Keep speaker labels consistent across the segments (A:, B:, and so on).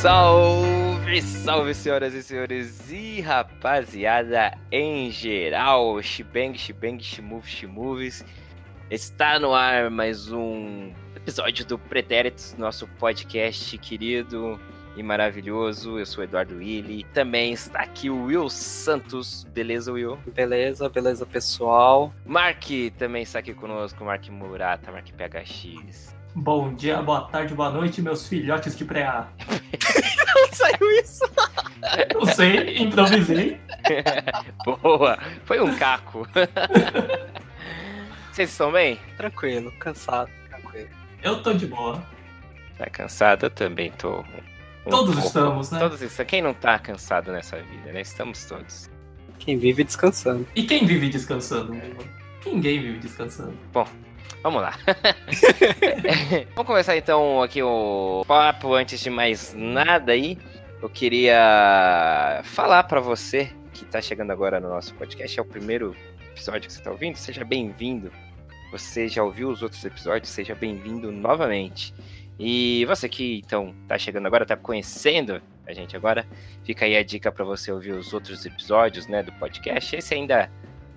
A: Salve, salve, senhoras e senhores e rapaziada em geral. Shibang, shibang, shimove, shimoves. Está no ar mais um episódio do Pretéritos, nosso podcast querido e maravilhoso. Eu sou Eduardo Willi. Também está aqui o Will Santos. Beleza, Will?
B: Beleza, beleza, pessoal.
A: Mark também está aqui conosco. Mark Murata, Mark PHX.
C: Bom dia, boa tarde, boa noite, meus filhotes de pré-A.
A: Não saiu isso!
C: Não sei, improvisei.
A: Boa! Foi um caco. Vocês estão bem?
B: Tranquilo, cansado, tranquilo.
C: Eu tô de boa.
A: Tá cansado? Eu também tô. um
C: Todos
A: pouco.
C: estamos, né?
A: Todos estão. Quem não tá cansado nessa vida, né? Estamos todos.
B: Quem vive descansando.
C: E quem vive descansando? Ninguém vive descansando.
A: Vamos lá. Vamos começar então aqui o papo. Antes de mais nada aí, eu queria falar pra você que tá chegando agora no nosso podcast. É o primeiro episódio que você tá ouvindo. Seja bem-vindo. Você já ouviu os outros episódios? Seja bem-vindo novamente. E você que então tá chegando agora, tá conhecendo a gente agora, fica aí a dica pra você ouvir os outros episódios, né, do podcast. Esse ainda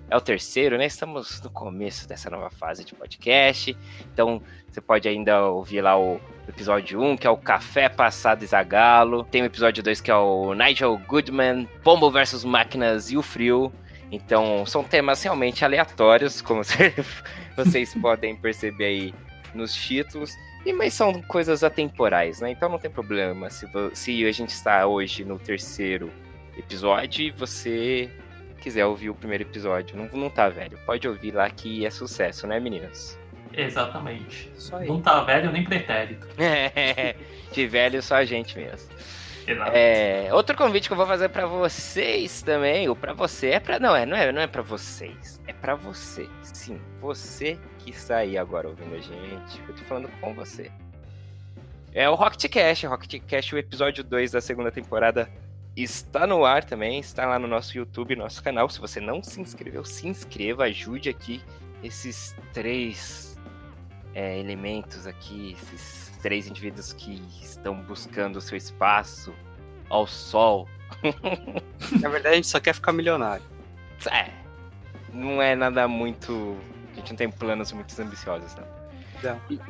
A: é o terceiro, né? Estamos no começo dessa nova fase de podcast. Então, você pode ainda ouvir lá o episódio 1, que é o Café Passado Zagalo. Tem o episódio 2, que é o Nigel Goodman, Pombo versus Máquinas e o Frio. Então, são temas realmente aleatórios, como você- vocês podem perceber aí nos títulos. E, mas são coisas atemporais, né? Então não tem problema se, vo- se a gente está hoje no terceiro episódio e você quiser ouvir o primeiro episódio. Não, não tá velho. Pode ouvir lá que é sucesso, né, meninas?
C: Exatamente.
B: Isso aí.
C: Não tá velho nem pretérito.
A: De velho só a gente mesmo.
C: Exato.
A: É, outro convite que eu vou fazer pra vocês também, ou pra você, é pra. Não, é, não é, não é para vocês, é pra você. Sim, você que está aí agora ouvindo a gente, eu tô falando com você. É o Rocket Cash, Rocket Cash, o episódio 2 da segunda temporada está no ar também, está lá no nosso YouTube, nosso canal. Se você não se inscreveu, se inscreva, ajude aqui esses três é, elementos aqui, esses três indivíduos que estão buscando o seu espaço ao sol.
B: Na verdade, a gente só quer ficar milionário.
A: É, não é nada muito. A gente não tem planos muito ambiciosos, não.
B: Não.
A: E-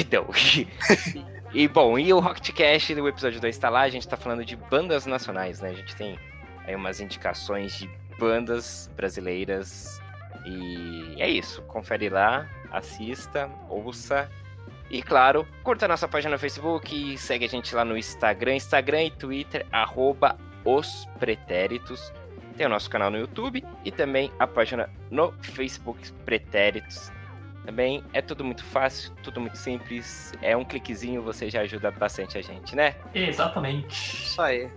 A: Então. e bom, e o Rocket Cash, o episódio 2 tá lá, a gente tá falando de bandas nacionais, né? A gente tem aí umas indicações de bandas brasileiras. E é isso, confere lá, assista, ouça. E claro, curta a nossa página no Facebook, segue a gente lá no Instagram, Instagram e Twitter, arroba os pretéritos. Tem o nosso canal no YouTube e também a página no Facebook Pretéritos. Também é tudo muito fácil, tudo muito simples. É um cliquezinho, você já ajuda bastante a gente, né?
C: Exatamente.
B: Isso aí.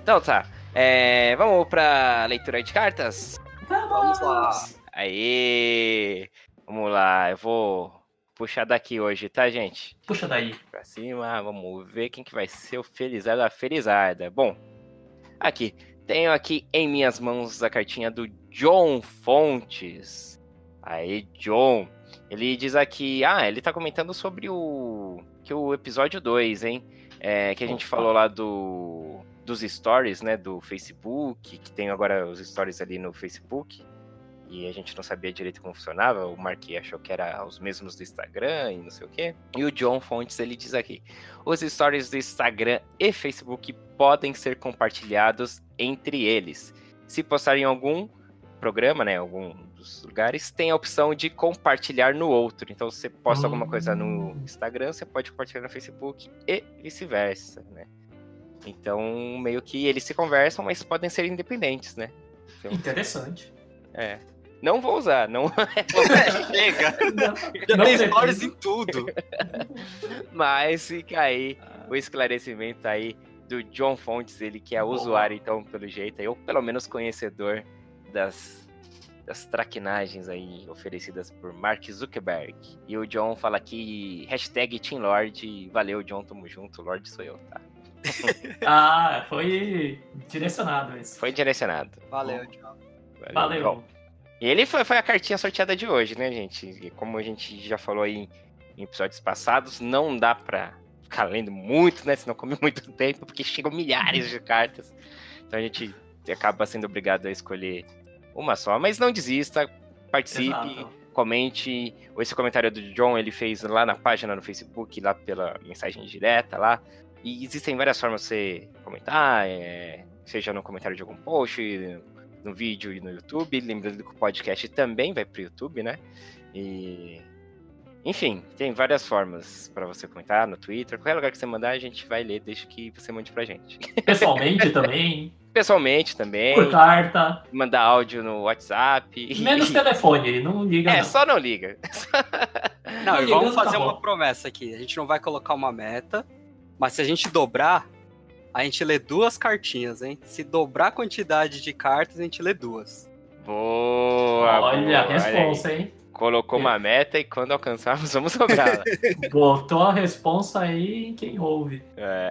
A: Então tá, é, vamos pra leitura de cartas?
C: Tá
B: Vamos lá.
A: Aê! Vamos lá, eu vou puxar daqui hoje, tá, gente?
C: Puxa daí.
A: pra cima, vamos ver quem que vai ser o Felizardo da Felizarda. Bom, aqui, tenho aqui em minhas mãos a cartinha do John Fontes. Aí, John. Ele diz aqui, ah, ele tá comentando sobre o que o episódio 2, hein? É, que a gente
C: Opa.
A: falou lá do dos stories, né, do Facebook, que tem agora os stories ali no Facebook. E a gente não sabia direito como funcionava, o Mark achou que era os mesmos do Instagram e não sei o quê. E o John Fontes, ele diz aqui: os stories do Instagram e Facebook podem ser compartilhados entre eles. Se postar em algum programa, né, algum dos lugares, tem a opção de compartilhar no outro. Então, se você posta alguma coisa no
C: Hum.
A: Instagram, você pode compartilhar no Facebook e vice-versa, né? Então, meio que eles se conversam, mas podem ser independentes, né? Então,
C: Interessante.
A: é. Não vou usar, não
B: É, Chega! Já
C: Não
B: tem
C: pretendo.
B: stories em tudo.
A: Mas fica aí o esclarecimento aí do John Fontes, ele que é
C: Boa.
A: usuário, então, pelo jeito aí, ou pelo menos conhecedor das, das traquinagens aí oferecidas por Mark Zuckerberg. E o John fala aqui, hashtag Team Lord, valeu, John, tamo junto, Lorde sou eu, tá?
C: Ah, foi direcionado esse.
A: Foi direcionado.
B: Valeu, John.
C: Valeu.
A: John. E ele foi, foi a cartinha sorteada de hoje, né, gente? E como a gente já falou aí em episódios passados, não dá pra ficar lendo muito, né? Senão come muito tempo, porque chegam milhares de cartas. Então a gente acaba sendo obrigado a escolher uma só. Mas não desista, participe,
C: Exato.
A: comente. Esse comentário do John ele fez lá na página no Facebook, lá pela mensagem direta lá. E existem várias formas de você comentar, é, seja no comentário de algum post, no vídeo e no YouTube. Lembrando que o podcast também vai pro YouTube, né? E. Enfim, tem várias formas pra você comentar no Twitter. Qualquer lugar que você mandar, a gente vai ler, desde que você mande pra gente.
C: Pessoalmente também,
A: Pessoalmente também,
C: por carta.
A: mandar áudio no WhatsApp.
C: Menos telefone, não liga
A: É,
C: não.
A: só não liga.
B: Não, e
C: Não,
B: vamos
C: tá
B: fazer
C: bom.
B: uma promessa aqui. A gente não vai colocar uma meta, mas se a gente dobrar, a gente lê duas cartinhas, hein? Se dobrar a quantidade de cartas, a gente lê duas.
A: Boa!
C: Olha a
A: boa,
C: responsa, hein?
A: aí. Colocou uma meta e quando alcançarmos, vamos dobrá-la.
C: Botou a responsa aí em quem ouve.
A: É,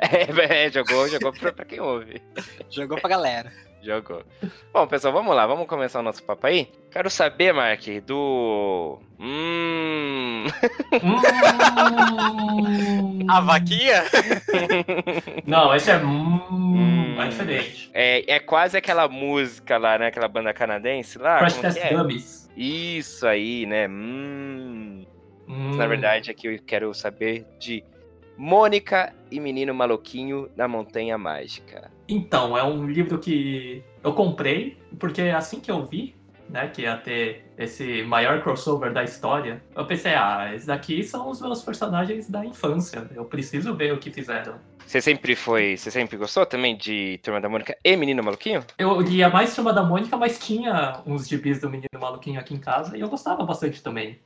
A: é, jogou, jogou pra, pra quem ouve.
B: Jogou pra galera.
A: Jogou. Bom, pessoal, vamos lá, vamos começar o nosso papo aí? Quero saber, Mark, do. Hum.
C: Hum.
B: A vaquinha?
C: Não, esse é hum,
A: Hum.
C: mais diferente.
A: É, é quase aquela música lá, né? Aquela banda canadense lá.
C: Crash
A: como
C: Test
A: que é?
C: Dummies.
A: Isso aí, né? Hum.
C: Hum.
A: Na verdade, aqui eu quero saber de Mônica e Menino Maluquinho na Montanha Mágica.
C: Então, é um livro que eu comprei, porque assim que eu vi, né, que ia ter esse maior crossover da história, eu pensei, ah, esses daqui são os meus personagens da infância, eu preciso ver o que fizeram.
A: Você sempre foi. Você sempre gostou também de Turma da Mônica e Menino Maluquinho?
C: Eu lia mais Turma da Mônica, mas tinha uns gibis do Menino Maluquinho aqui em casa, e eu gostava bastante também,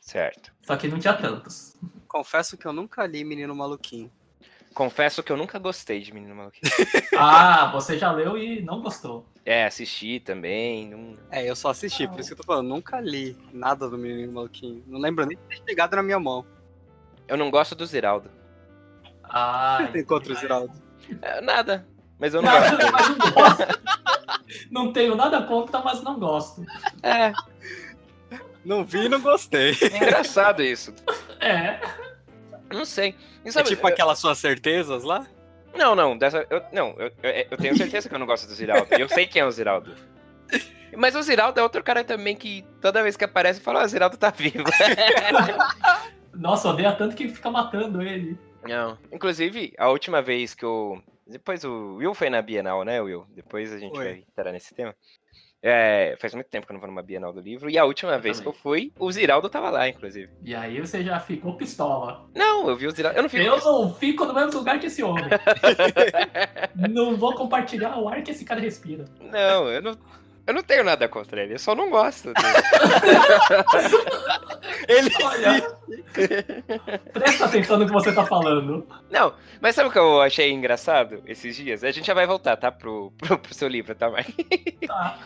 A: Certo.
C: só que não tinha tantos.
B: Confesso que eu nunca li Menino Maluquinho.
A: Confesso que eu nunca gostei de Menino Maluquinho.
C: Ah, você já leu e não gostou.
A: é, assisti também. Não...
B: É, eu só assisti, por isso que eu tô falando, nunca li nada do Menino Maluquinho. Não lembro nem de ter chegado na minha mão.
A: Eu não gosto do Ziraldo.
C: Ah,
B: Encontro o Ziraldo.
A: É, nada. Mas eu não
C: Nada,
A: gosto. dele.
C: mas não gosto. Não tenho nada contra, mas não gosto.
A: É,
B: Não vi e não gostei.
A: é engraçado isso.
C: É.
A: Não sei. E
B: É
A: sabe-
B: tipo aquelas suas certezas lá?
A: Não, não, dessa. Eu, não, eu, eu- eu tenho certeza que eu não gosto do Ziraldo. Eu sei quem é o Ziraldo. Mas o Ziraldo é outro cara também que toda vez que aparece fala, ó, o Ziraldo tá vivo.
C: Nossa, odeia tanto que fica matando ele.
A: Não. Inclusive, a última vez que eu. Depois o Will foi na Bienal, né, Will? Depois a gente
B: Foi.
A: vai entrar nesse tema. É, faz muito tempo que eu não vou numa Bienal do livro. E a última vez que eu
C: também.
A: fui, o Ziraldo tava lá, inclusive.
C: E aí você já ficou pistola.
A: Não, eu vi o Ziraldo. Eu não fico.
C: Eu não fico no mesmo lugar que esse homem. não vou compartilhar o ar que esse cara respira.
A: Não, eu não. Eu não tenho nada contra ele, eu só não gosto dele.
B: Ele
C: Olha. Presta atenção no que você tá falando.
A: Não, mas sabe o que eu achei engraçado esses dias? A gente já vai voltar, tá? Pro, pro, pro seu livro, tá, Mark?
C: Tá.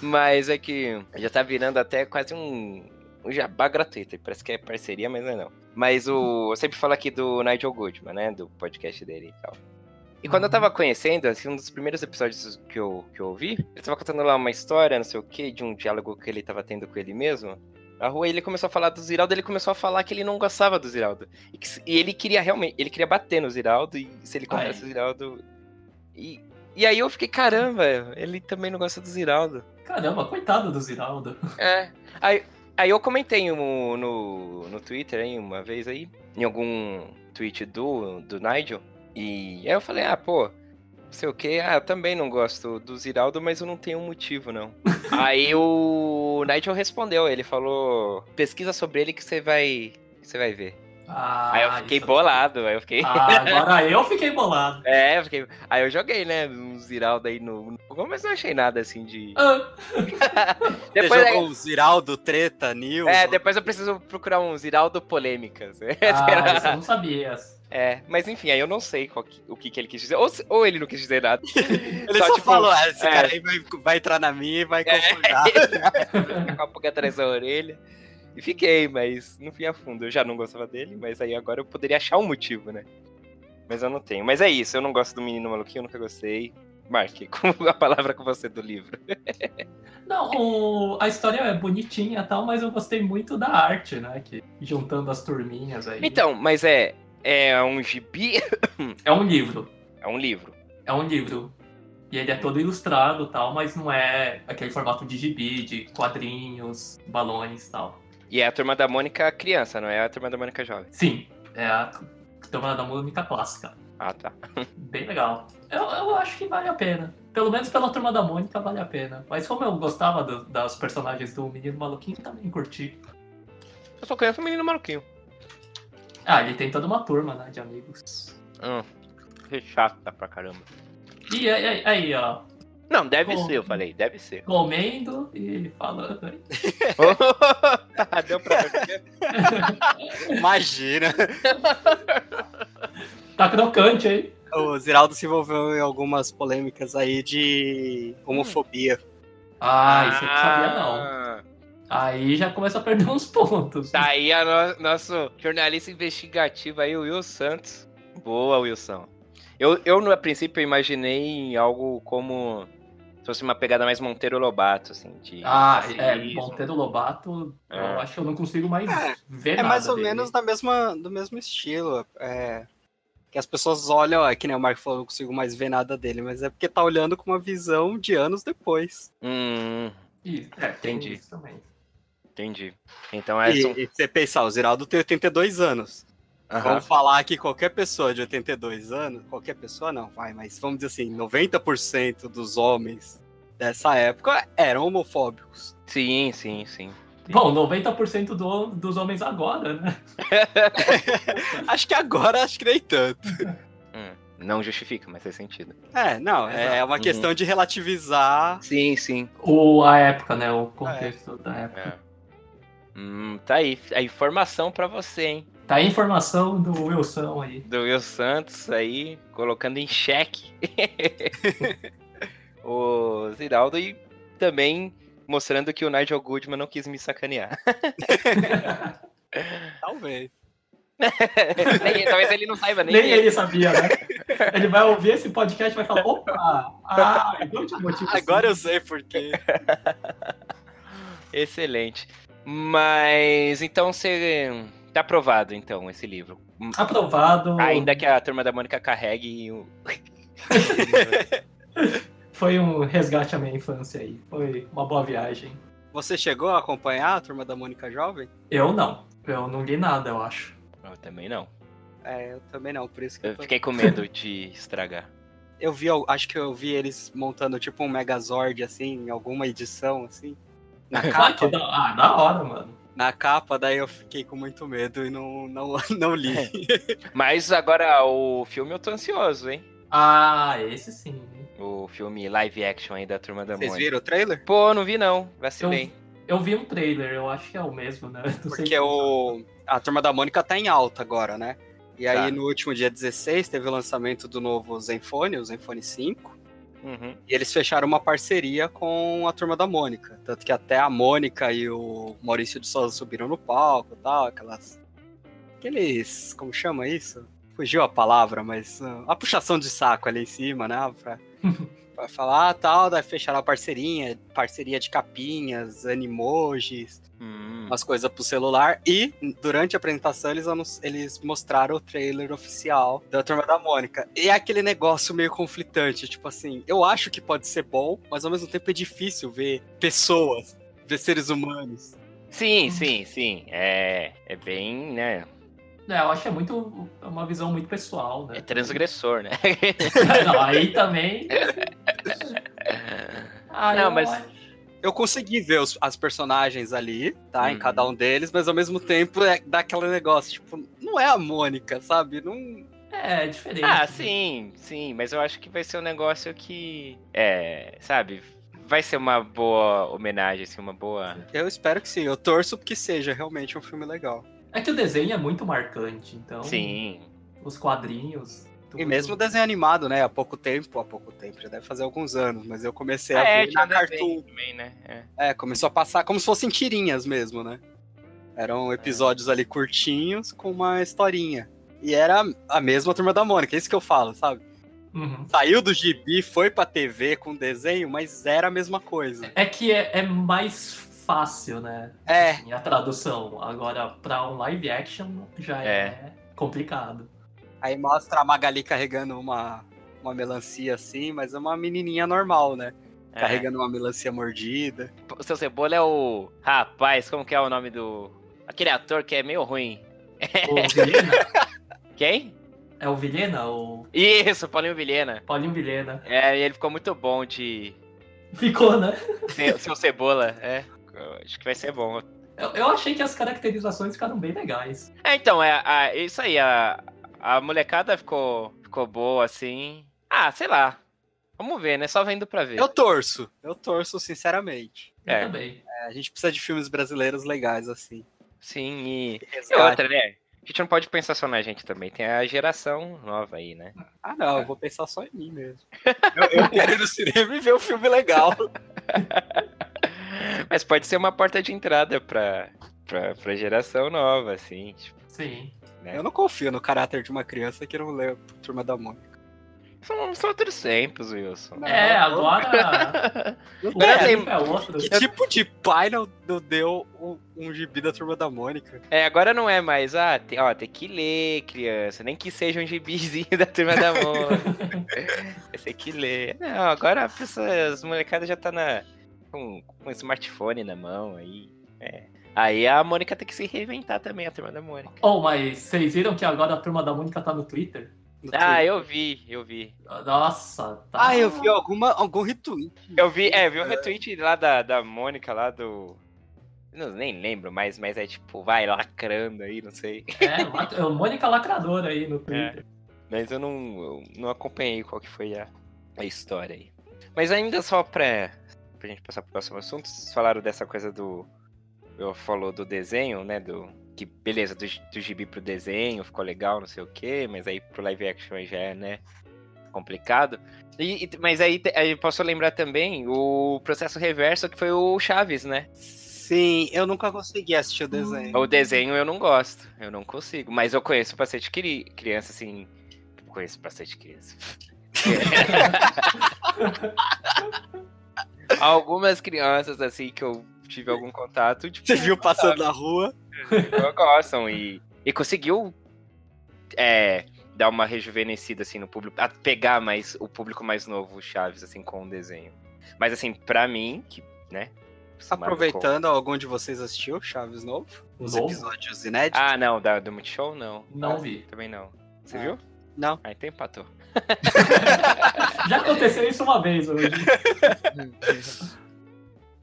A: Mas é que já tá virando até quase um, um jabá gratuito. Parece que é parceria, mas não é não. Mas o, eu sempre falo aqui do Nigel Goodman, né? Do podcast dele e tal. E quando eu tava conhecendo, assim, um dos primeiros episódios que eu, que eu ouvi, ele tava contando lá uma história, não sei o quê, de um diálogo que ele tava tendo com ele mesmo. Na rua ele começou a falar do Ziraldo, ele começou a falar que ele não gostava do Ziraldo. E, que se- e ele queria realmente, ele queria bater no Ziraldo, e se ele comprasse o Ziraldo. E, e aí eu fiquei, caramba, ele também não gosta do Ziraldo.
C: Caramba, coitado do Ziraldo.
A: É. Aí, aí eu comentei no, no, no Twitter aí uma vez aí, em algum tweet do, do Nigel. E aí eu falei, ah, pô, não sei o que, ah, eu também não gosto do Ziraldo, mas eu não tenho um motivo, não. aí o Nigel respondeu, ele falou, pesquisa sobre ele que você vai. que Você vai ver.
C: Ah,
A: aí eu fiquei
C: isso.
A: bolado, aí eu fiquei.
C: Ah, agora eu fiquei bolado.
A: É, eu fiquei. Aí eu joguei, né? Um Ziraldo aí no. no Google, Mas não achei nada assim de.
C: Ah,
A: Depois,
B: jogou o Ziraldo, Treta, News.
A: é, depois eu preciso procurar um Ziraldo Polêmicas. né?
C: ah, isso eu não sabia.
A: É, mas enfim, aí eu não sei qual que- o que, que ele quis dizer. Ou, se- ou ele não quis dizer nada.
B: Ele
A: Só,
B: só,
A: tipo,
B: falou, ah, esse
A: é.
B: cara aí vai, vai entrar na minha e vai concordar.
A: com a boca atrás da orelha. E fiquei, mas não fui a fundo. Eu já não gostava dele, mas aí agora eu poderia achar um motivo, né? Mas eu não tenho. Mas é isso, eu não gosto do menino maluquinho, eu nunca gostei. Mark, com a palavra com você do livro.
C: Não, o- a história é bonitinha e tal, mas eu gostei muito da arte, né? Que, juntando as turminhas aí.
A: Então, mas é. É um gibi,
C: É um livro.
A: é um livro.
C: É um livro. E ele é todo ilustrado e tal, mas não é aquele formato de gibi, de quadrinhos, balões e tal.
A: E é a turma da Mônica criança, não é a turma da Mônica jovem.
C: Sim, é a Câmara da Mônica clássica.
A: Ah, tá.
C: Bem legal. Eu, eu acho que vale a pena. Pelo menos pela turma da Mônica vale a pena. Mas como eu gostava do- das personagens do Menino Maluquinho, também curti.
A: Eu só conheço o menino maluquinho.
C: Ah, ele tem toda uma turma, né, de amigos.
A: Hum, que chata pra caramba.
C: E aí, aí- aí, ó,
A: Não, deve
C: Bom.
A: ser, eu falei, deve ser.
C: comendo e falando. aí.
A: tá, deu pra ver.
B: Imagina.
C: Tá crocante aí.
B: O Ziraldo se envolveu em algumas polêmicas aí de homofobia.
C: Ah, isso eu não sabia não. Aí já começa a perder uns pontos.
A: Ah, Tá aí a no- nosso jornalista investigativo aí, o Will Santos. Boa, Wilson. Eu, eu no a princípio, imaginei algo como se fosse uma pegada mais Monteiro Lobato, assim, de...
C: Ah,
A: Sim,
C: é,
A: isso.
C: Monteiro Lobato,
A: É.
C: eu acho que eu não consigo mais
B: É,
C: ver
B: É
C: nada
B: mais ou
C: dele.
B: menos da mesma, do mesmo estilo. É, que as pessoas olham, ó, é que nem o Marco falou, não consigo mais ver nada dele, mas é porque tá olhando com uma visão de anos depois.
A: Hum,
C: Isso, é, tem
A: Entendi.
C: isso também.
A: entendi. Então é...
B: e, e você pensar, o Ziraldo tem 82 anos.
A: Aham.
B: Vamos falar que qualquer pessoa de 82 anos, qualquer pessoa não, vai, mas vamos dizer assim, 90% dos homens dessa época eram homofóbicos.
A: Sim, sim, sim.
C: Bom, 90% do, dos homens agora, né?
B: Acho que agora, acho que nem tanto.
A: Hum, Não justifica, mas faz sentido.
B: É, não, é uma
A: Uhum.
B: questão de relativizar.
A: Sim, sim.
C: O, a época, né?
B: Ah, é.
C: O contexto da época.
A: É. Hum, tá aí, a informação pra você, hein?
C: Tá aí a informação do Wilson aí.
A: do Will Santos aí, colocando em xeque o Ziraldo e também mostrando que o Nigel Goodman não quis me sacanear.
B: Talvez.
A: Nem- Talvez ele não saiba nem.
C: Nem ele sabia, né? Ele vai ouvir esse podcast e vai falar: opa, ah, então tinha um motivo. assim.
B: Agora eu sei porque.
A: Excelente. Mas então você. Tá aprovado, então, esse livro.
C: Aprovado.
A: Ainda que a turma da Mônica carregue o.
C: Foi um resgate à minha infância aí. Foi uma boa viagem.
B: Você chegou a acompanhar a turma da Mônica Jovem?
C: Eu não. Eu não li nada, eu acho.
A: Eu também não.
B: É, eu também não, por isso que eu,
A: Eu
B: tô...
A: fiquei com medo de estragar.
B: eu vi, eu acho que eu vi eles montando tipo um Megazord assim, em alguma edição assim. Na
C: Ah, que
B: capa,
C: da, ah, da hora, mano.
B: na capa, daí eu fiquei com muito medo e não, não, não li.
A: É, Mas agora o filme eu tô ansioso, hein?
C: Ah, esse sim.
A: O filme live action aí da turma da
B: Vocês
A: Mônica.
B: viram o trailer?
A: Pô, não vi não.
C: Eu,
A: Vacilei.
C: eu vi um trailer, eu acho que é o mesmo, né? Não sei
B: Porque é o, a turma da Mônica tá em alta agora, né? E aí
A: Tá.
B: no último dia 16 teve o lançamento do novo Zenfone, o Zenfone 5.
A: Uhum.
B: E eles fecharam uma parceria com a turma da Mônica. Tanto que até a Mônica e o Maurício de Souza subiram no palco e tal, aquelas. Aqueles. Como chama isso? Fugiu a palavra, mas. ah, A puxação de saco ali em cima, né? Pra, pra falar tal, daí fecharam a parceria, parceria de capinhas, animojis.
A: Hum.
B: umas coisas pro celular. E durante a apresentação eles, anun- eles mostraram o trailer oficial da Turma da Mônica. E é aquele negócio meio conflitante, tipo assim, eu acho que pode ser bom, mas ao mesmo tempo é difícil ver pessoas, ver seres humanos.
A: Sim, sim, sim. É, é bem, né?
C: É, eu acho que é muito é uma visão muito pessoal, né?
A: É transgressor, né?
C: Não, aí também. Ah,
A: Não,
C: eu
A: mas-
C: acho-
B: Eu consegui ver os- as personagens ali, tá? Em
A: Uhum.
B: cada um deles, mas ao mesmo tempo é, dá aquele negócio, tipo, não é a Mônica, sabe? Não.
C: É, é diferente.
A: ah,
C: né?
A: sim, sim. Mas eu acho que vai ser um negócio que. É, sabe? Vai ser uma boa homenagem, assim, uma boa.
B: Eu espero que sim. Eu torço que seja realmente um filme legal.
C: É que o desenho é muito marcante, então.
A: Sim.
C: Os quadrinhos. tudo.
B: E mesmo o desenho animado, né? Há pouco tempo, há pouco tempo, já deve fazer alguns anos, mas eu comecei a
A: É,
B: ver
A: tinha
B: na
A: um desenho
B: Cartoon.
A: também, né? É.
B: É, começou a passar como se fossem tirinhas mesmo, né? Eram episódios ali curtinhos com uma historinha. E era a mesma turma da Mônica, é isso que eu falo, sabe?
C: Uhum.
B: Saiu do gibi, foi pra TV com desenho, mas era a mesma coisa.
C: É que é, é mais fácil, né?
B: É,
C: Assim, a tradução. Agora, pra um live action, já é. complicado.
B: Aí mostra a Magali carregando uma, uma melancia assim, mas é uma menininha normal, né?
A: É.
B: Carregando uma melancia mordida.
A: O seu Cebola é o. Rapaz, como que é o nome do. Aquele ator que é meio ruim. É.
C: O Vilhena,
A: Quem?
C: é o Vilhena, o
A: Isso, Paulinho Vilhena.
C: Paulinho Vilhena.
A: É, e ele ficou muito bom de.
C: Ficou, né?
A: Seu, seu Cebola, é. Acho que vai ser bom.
C: Eu, eu achei que as caracterizações ficaram bem legais.
A: É, então, é, a- isso aí. A, a molecada ficou, ficou boa, assim. Ah, sei lá. Vamos ver, né? Só vendo pra ver.
B: Eu torço, eu torço sinceramente.
C: Eu
A: É.
C: também.
B: É, a gente precisa de filmes brasileiros legais assim.
A: Sim, e. E
B: Resgate.
A: outra, né? A gente não pode pensar só na gente também. Tem a geração nova aí, né?
B: Ah, não, eu vou pensar só em mim mesmo. Eu, eu quero ir no cinema e ver um filme legal.
A: Mas pode ser uma porta de entrada pra, pra, pra geração nova, assim. Tipo,
C: Sim.
A: né?
B: É. Eu não confio no caráter de uma criança que não lê a Turma da Mônica.
A: São, são outros tempos, Wilson.
B: Não,
C: É,
B: eu-
C: agora.
B: eu
C: O
A: Pera,
C: tempo é outro.
B: Que tipo de pai não, não deu um, um gibi da Turma da Mônica?
A: É, agora não é mais, ah, tem, ó, tem que ler, criança. Nem que seja um gibizinho da turma da Mônica. tem que ler. Não, agora a pessoa, as molecadas já tá na, com, com um smartphone na mão aí. é. Aí a Mônica tem que se reinventar também, a turma da Mônica.
C: Oh, mas vocês viram que agora a turma da Mônica tá no Twitter?
B: No
A: Ah,
B: Twitter.
A: eu vi, eu vi.
C: Nossa, tá.
B: ah, eu vi alguma, algum retweet.
A: Eu vi, é, eu vi o retweet lá da, da Mônica, lá do. Não, nem lembro mais, mas é tipo, vai lacrando aí, não sei.
C: É, lac- é o Mônica Lacradora aí no Twitter.
A: Mas eu não, eu não acompanhei qual que foi a, a história aí. Mas ainda só pra, pra gente passar pro próximo assunto, vocês falaram dessa coisa do. Eu falou do desenho, né? Do. Que beleza, do, gi- do gibi pro desenho, ficou legal, não sei o quê, mas aí pro live action aí já é, né? Complicado. E, e- mas aí, te- aí posso lembrar também o processo reverso que foi o Chaves, né?
B: Sim, eu nunca consegui assistir o desenho.
A: O desenho eu não gosto, eu não consigo. Mas eu conheço bastante cri- criança, assim. Conheço bastante criança. Algumas crianças, assim, que eu tive algum contato, tipo,
B: Você viu passando na rua?
A: gostam e, e conseguiu é, dar uma rejuvenescida, assim, no público, a pegar mais o público mais novo, o Chaves, assim, com o desenho. Mas, assim, pra mim, que, né? acostumado com-
B: Aproveitando, algum de vocês assistiu Chaves Novo? Os
C: Novo?
B: episódios inéditos?
A: Ah, não, da, do Multishow, não. Ah,
C: Não vi.
A: Também não. Você
B: Tipo, Ah.
A: viu?
B: Não.
A: Aí tem empatou.
B: é-
C: Já aconteceu isso uma vez hoje.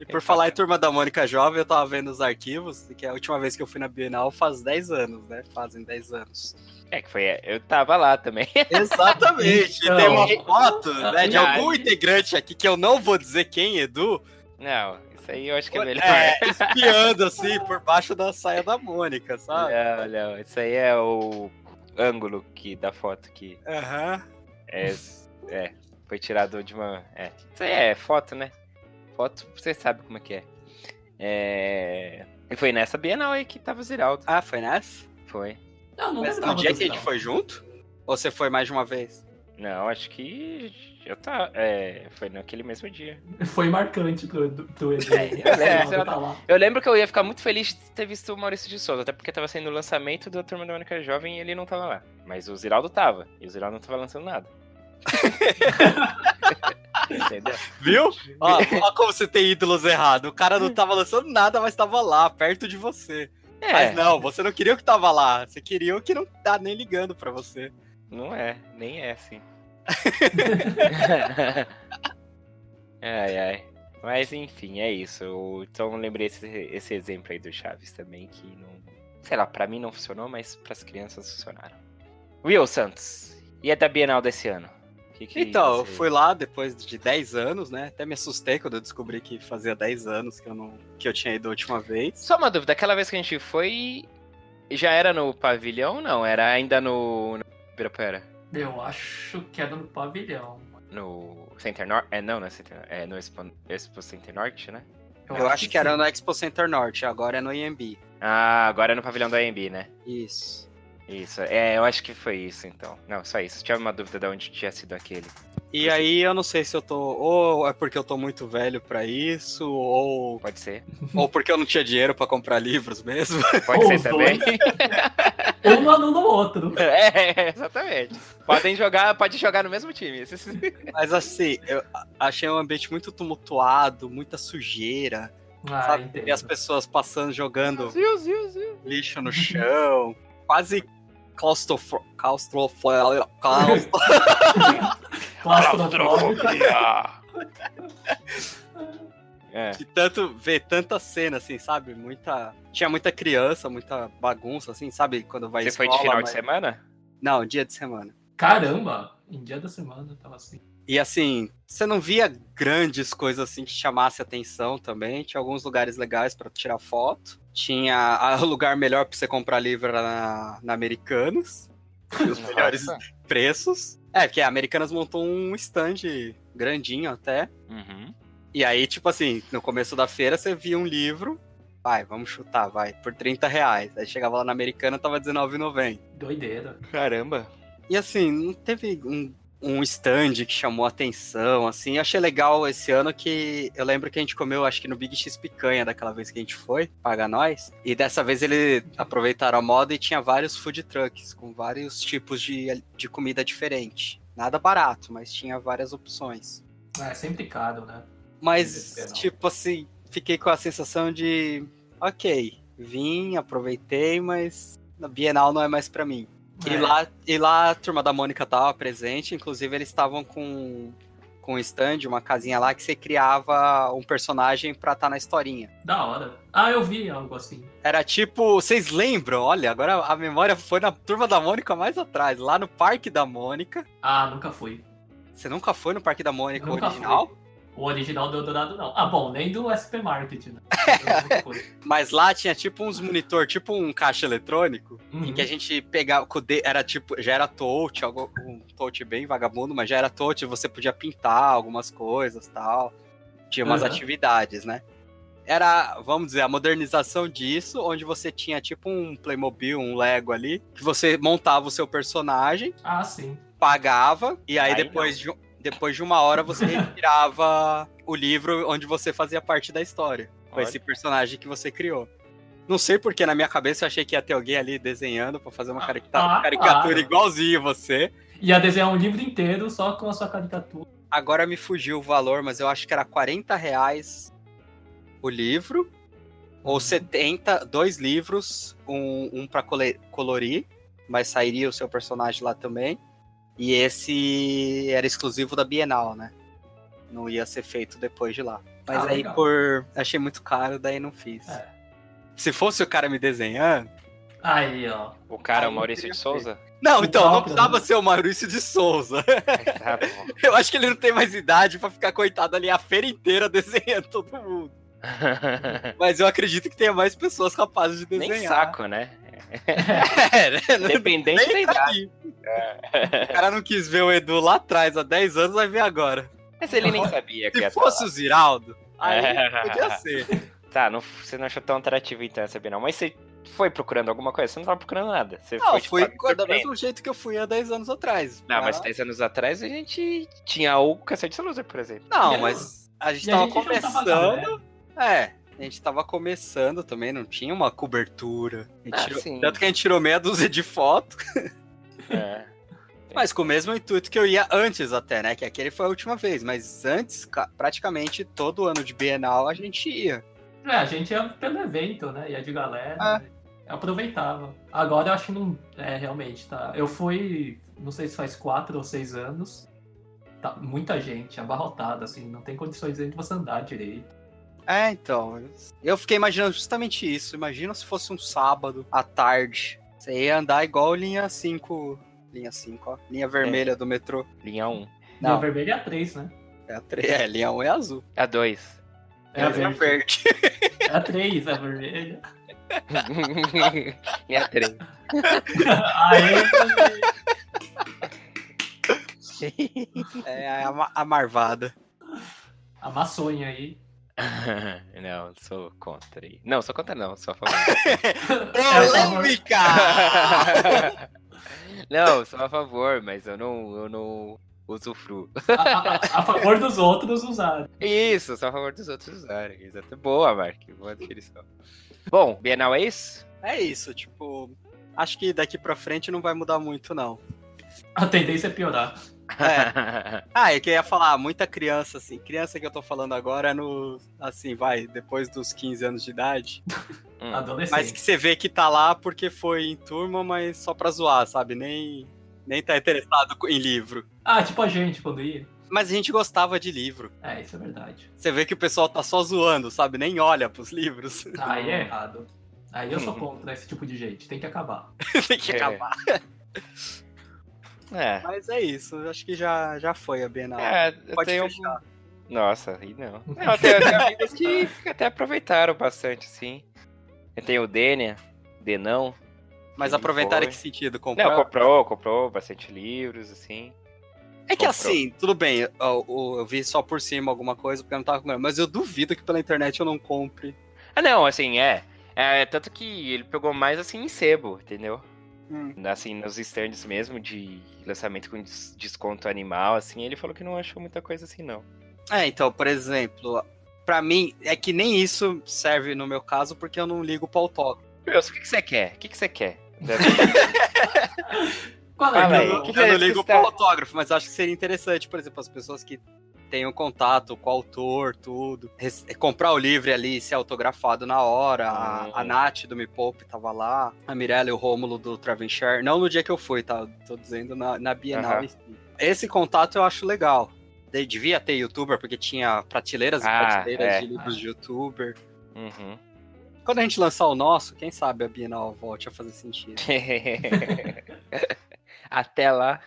B: E por falar em Turma da Mônica Jovem, eu tava vendo os arquivos, que é a última vez que eu fui na Bienal faz 10 anos, né? Fazem 10 anos.
A: É que foi. Eu tava lá também.
B: Exatamente!
C: Então.
B: e tem uma foto né, de
A: Verdade.
B: algum integrante aqui, que eu não vou dizer quem, Edu,
A: Não, isso aí eu acho que é melhor.
B: é, espiando assim por baixo da saia da Mônica, sabe?
A: Não, não. Isso aí é o ângulo que, da foto que
B: Aham.
A: é, é, foi tirado de uma. É. Isso aí é foto, né? Foto, você sabe como é que é. É, E foi nessa Bienal aí que tava o Ziraldo.
B: Ah, foi nessa?
A: Foi.
C: Não, não
B: Mas
C: lembro.
B: no dia que a gente foi junto? Ou você foi mais de uma vez?
A: Não, acho que. Eu tava. É, foi naquele mesmo dia.
C: Foi marcante pro, pro Edu.
B: É,
A: eu lembro.
C: Esse tá lá.
A: Eu lembro que eu ia ficar muito feliz de ter visto o Maurício de Souza, até porque tava sendo o lançamento da Turma da Mônica Jovem e ele não tava lá. Mas o Ziraldo tava, e o Ziraldo não tava lançando nada. Entendeu?
B: Viu? Ó, ó como você tem ídolos errado. O cara
C: É.
B: não tava lançando nada, mas tava lá, perto de você.
A: É,
B: Mas
A: não.
B: não, você não queria o que tava lá. Você queria o que não tá nem ligando pra você.
A: é, nem é assim. ai, ai. Mas enfim, é isso. Eu- Então eu lembrei esse, esse exemplo aí do Chaves também, que não. Sei lá, pra mim não funcionou, mas pras crianças funcionaram. Will Santos, e é da Bienal desse ano? Que que
B: Então, eu
A: você-
B: fui lá depois de 10 anos, né? Até me assustei quando eu descobri que fazia 10 anos que eu, não, que eu tinha ido a última vez.
A: Só uma dúvida, aquela vez que a gente foi, já era no pavilhão ou não? Era ainda no... no Ibirapuera?
C: Eu acho que era no pavilhão.
A: No Center Norte? É, não, não é Center Norte. É no Expo, Expo Center Norte, né?
B: Eu acho que era
C: sim.
B: no Expo Center Norte, agora é no IMB.
A: Ah, agora é no pavilhão da AMB, né?
B: Isso.
A: Isso, é, eu acho que foi isso, então. Não, só isso. Tinha uma dúvida de onde tinha sido aquele.
B: E aí eu não sei se eu tô. Ou é porque eu tô muito velho pra isso, ou,
A: Pode ser.
B: ou porque eu não tinha dinheiro pra comprar livros mesmo.
A: Pode
C: Ou
A: ser
C: os
A: também.
C: Um não anula o outro.
A: É, exatamente. Podem jogar, pode jogar no mesmo time. Esses-
B: Mas assim, eu a- achei um ambiente muito tumultuado, muita sujeira,
C: Ah,
B: sabe? E as
C: entendo.
B: pessoas passando, jogando
A: Ziu, ziu, ziu.
B: lixo no chão, quase claustrofo... claustrofo... claustro-
C: Claustrofóbico.
A: É.
B: De tanto ver tanta cena, assim, sabe? Muita... Tinha muita criança, muita bagunça, assim, sabe? Quando vai à
A: Você foi de
B: escola,
A: final
B: mas-
A: de semana?
B: Não, dia de semana.
C: Caramba! Em dia da semana tava assim.
B: E assim, você não via grandes coisas assim que chamasse atenção também. Tinha alguns lugares legais pra tirar foto. Tinha ah, o lugar melhor pra você comprar livro era na, na Americanas. E os melhores
A: Nossa.
B: preços. É, porque a Americanas montou um stand grandinho até.
A: Uhum.
B: E aí, tipo assim, no começo da feira você via um livro. Vai, vamos chutar, vai. Por 30 reais. Aí chegava lá na Americana, tava R$19,90.
C: Doideira.
A: Caramba.
B: E assim, não teve um, um stand que chamou atenção, assim. Eu achei legal esse ano que eu lembro que a gente comeu, acho que no Big X Picanha, daquela vez que a gente foi, paga nós. E dessa vez eles aproveitaram a moda e tinha vários food trucks com vários tipos de, de comida diferente. Nada barato, mas tinha várias opções.
C: Ah, é sempre caro, né?
B: Mas,
C: Desesperado.
B: tipo assim, fiquei com a sensação de, ok, vim, aproveitei, mas a Bienal não é mais pra mim. E,
C: É.
B: lá, e lá a turma da Mônica tava presente, inclusive eles estavam com, com um stand, uma casinha lá que você criava um personagem pra estar na historinha.
C: Da hora. Ah, eu vi algo assim.
B: Era tipo, vocês lembram? Olha, agora a memória foi na turma da Mônica mais atrás, lá no Parque da Mônica.
C: Ah, nunca fui.
B: Você nunca foi no Parque da Mônica
C: Nunca
B: original?
C: fui. O original do Eldorado não. Ah, bom, nem do SP Market, né? Eu nunca fui.
B: Mas lá tinha tipo uns monitor, tipo um caixa eletrônico,
C: Uhum.
B: que a gente pegava com o dedo, era tipo, já era touch, algo- um touch bem vagabundo, mas já era touch, você podia pintar algumas coisas tal. Tinha umas
C: Aham.
B: atividades, né? Era, vamos dizer, a modernização disso, onde você tinha tipo um Playmobil, um Lego ali, que você montava o seu personagem,
C: Ah, sim.
B: pagava, e aí,
A: Aí
B: depois, de, um- depois de uma hora você retirava o livro onde você fazia parte da história com
A: Olha.
B: esse personagem que você criou. Não sei porque na minha cabeça eu achei que ia ter alguém ali desenhando pra fazer uma carica-
C: Ah,
B: caricatura
C: claro.
B: igualzinho você.
C: Ia desenhar um livro inteiro só com a sua caricatura.
B: Agora me fugiu o valor, mas eu acho que era 40 reais o livro.
C: Uhum.
B: Ou 70, dois livros, um, um para colorir, mas sairia o seu personagem lá também. E esse era exclusivo da Bienal, né? Não ia ser feito depois de lá. Mas
C: Ah,
B: aí
C: legal.
B: por. Achei muito caro, daí não fiz.
C: É.
B: Se fosse o cara me desenhando,
C: Aí, ó.
A: O cara,
B: Ah,
A: o Maurício de
B: eu
A: Souza?
B: Não,
C: O
B: então, não
C: próprio,
B: precisava
C: né?
B: ser o Maurício de Souza.
A: Tá bom.
B: Eu acho que ele não tem mais idade pra ficar coitado ali a feira inteira desenhando todo mundo. Mas eu acredito que tenha mais pessoas capazes de desenhar.
A: Nem saco, né?
B: É, né? Não-
A: Dependente da
B: nem
A: idade.
B: tá aí.
A: É.
B: O cara não quis ver o Edu lá atrás, há 10 anos, vai ver agora.
A: Mas ele nem sabia que
B: Se
A: ia
B: fosse o Ziraldo, aí
A: É.
B: podia ser.
A: Tá, não, você não achou tão atrativo então essa Bienal, mas você foi procurando alguma coisa? Você não tava procurando nada. Você
B: Não,
A: tipo,
B: fui
A: me
B: do
A: surpreende.
B: mesmo jeito que eu fui há 10 anos atrás.
A: Não, mas
B: Ah,
A: 10 anos atrás a gente tinha o Cacete Loser, por exemplo.
B: Não,
C: E
B: mas a gente
C: E a
B: tava
C: gente não tava lá, né?
B: começando. É, a gente tava começando também, não tinha uma cobertura. A gente
A: Ah,
B: tirou-
A: sim.
B: Tanto que a gente tirou meia dúzia de foto,
A: É.
B: mas com o mesmo intuito que eu ia antes até, né? Que aquele foi a última vez, mas antes, ca- praticamente todo ano de Bienal a gente ia.
C: É, a gente ia pelo evento, né? Ia de galera.
B: Ah.
C: né? Aproveitava. Agora eu acho que não. É, realmente, tá. Eu fui, não sei se faz quatro ou seis anos. Tá muita gente, abarrotada, assim, não tem condições nem de você andar direito.
B: É, então, eu fiquei imaginando justamente isso. Imagina se fosse um sábado à tarde. Você ia andar igual linha 5, linha 5, ó,
A: É.
B: linha vermelha do metrô.
A: Linha 1.
C: Não. E a
B: Não,
C: vermelha é a três, né?
B: é, a tre- é, linha 1 é azul.
A: A 2.
C: É a
B: Linha
C: verde.
B: verde.
C: É a três, a vermelha.
A: Linha 3.
C: Aí,
B: É a, ma- a marvada.
C: a maçonha aí.
A: não, sou contra. aí. Não, sou contra não, sou a favor.
C: É,
B: um
C: por favor.
B: Polêmica!
A: não, sou a favor, mas eu não, eu não usufruo.
C: a, a- a- a favor dos outros usarem.
A: Isso, sou a favor dos outros usarem. Exato. Boa, Mark. Boa definição. Bom, Bienal é isso?
B: É isso, tipo. acho que daqui pra frente não vai mudar muito, não.
C: A tendência é piorar.
B: É. Ah, é que eu ia falar, muita criança, assim. Criança que eu tô falando agora é no. Assim, vai, depois dos 15 anos de idade.
A: Hum.
C: Adolescente.
B: Mas que você vê que tá lá porque foi em turma, mas só pra zoar, sabe? Nem, nem tá interessado em livro.
C: Ah, tipo a gente quando ia.
B: Mas a gente gostava de livro.
C: É, isso é verdade.
B: Você vê que o pessoal tá só zoando, sabe? Nem olha pros livros.
A: Hum.
C: Aí é errado. Aí eu sou contra esse tipo de gente. Tem que acabar.
B: Tem que
A: É.
B: acabar.
A: É.
B: Mas é isso, eu acho que já, já foi a Bienal.
A: É, eu
B: Pode
A: tenho.
B: fechar.
A: Nossa, aí não. Não, tem, tem amigos que até aproveitaram bastante, sim. Eu tenho o Dênia, Denão.
B: Mas
A: Sim,
B: aproveitar em
A: foi.
B: que sentido? Comprar?
A: Não, comprou, comprou bastante livros, assim.
B: é que
A: comprou.
B: assim, tudo bem, eu, eu- eu vi só por cima alguma coisa porque eu não tava comprando, mas eu duvido que pela internet eu não compre.
A: Ah, não, assim, é. É, tanto que ele pegou mais assim em sebo, entendeu?
B: Hum.
A: Assim, nos stands mesmo de lançamento com des- desconto animal, assim, ele falou que não achou muita coisa assim, não.
B: É, então, por exemplo, pra mim, é que nem isso serve no meu caso porque eu não ligo pra autógrafo.
A: Deus, o que que você quer? O que que você quer?
C: Qual
A: Fala
C: é?
A: aí.
B: eu
A: que
B: não,
A: que
B: eu
A: é
B: não
A: isso
B: ligo
A: que
B: pra
A: está-
B: autógrafo, mas acho que seria interessante, por exemplo, as pessoas que têm um contato com o autor, tudo. res- é, Comprar o livro ali, e ser autografado na hora. A-
A: Hum.
B: A Nath do Me Poupe tava lá. A Mirella e o Rômulo do Travenshare. Não no dia que eu fui, tá? Tô dizendo na, na Bienal.
A: Aham.
B: em si. Esse contato eu acho legal. De- Devia ter youtuber, porque tinha prateleiras e
A: Ah,
B: prateleiras
A: é.
B: de livros de youtuber.
A: Uhum.
B: Quando a gente lançar o nosso, quem sabe a Bienal volte a fazer sentido.
A: Até lá.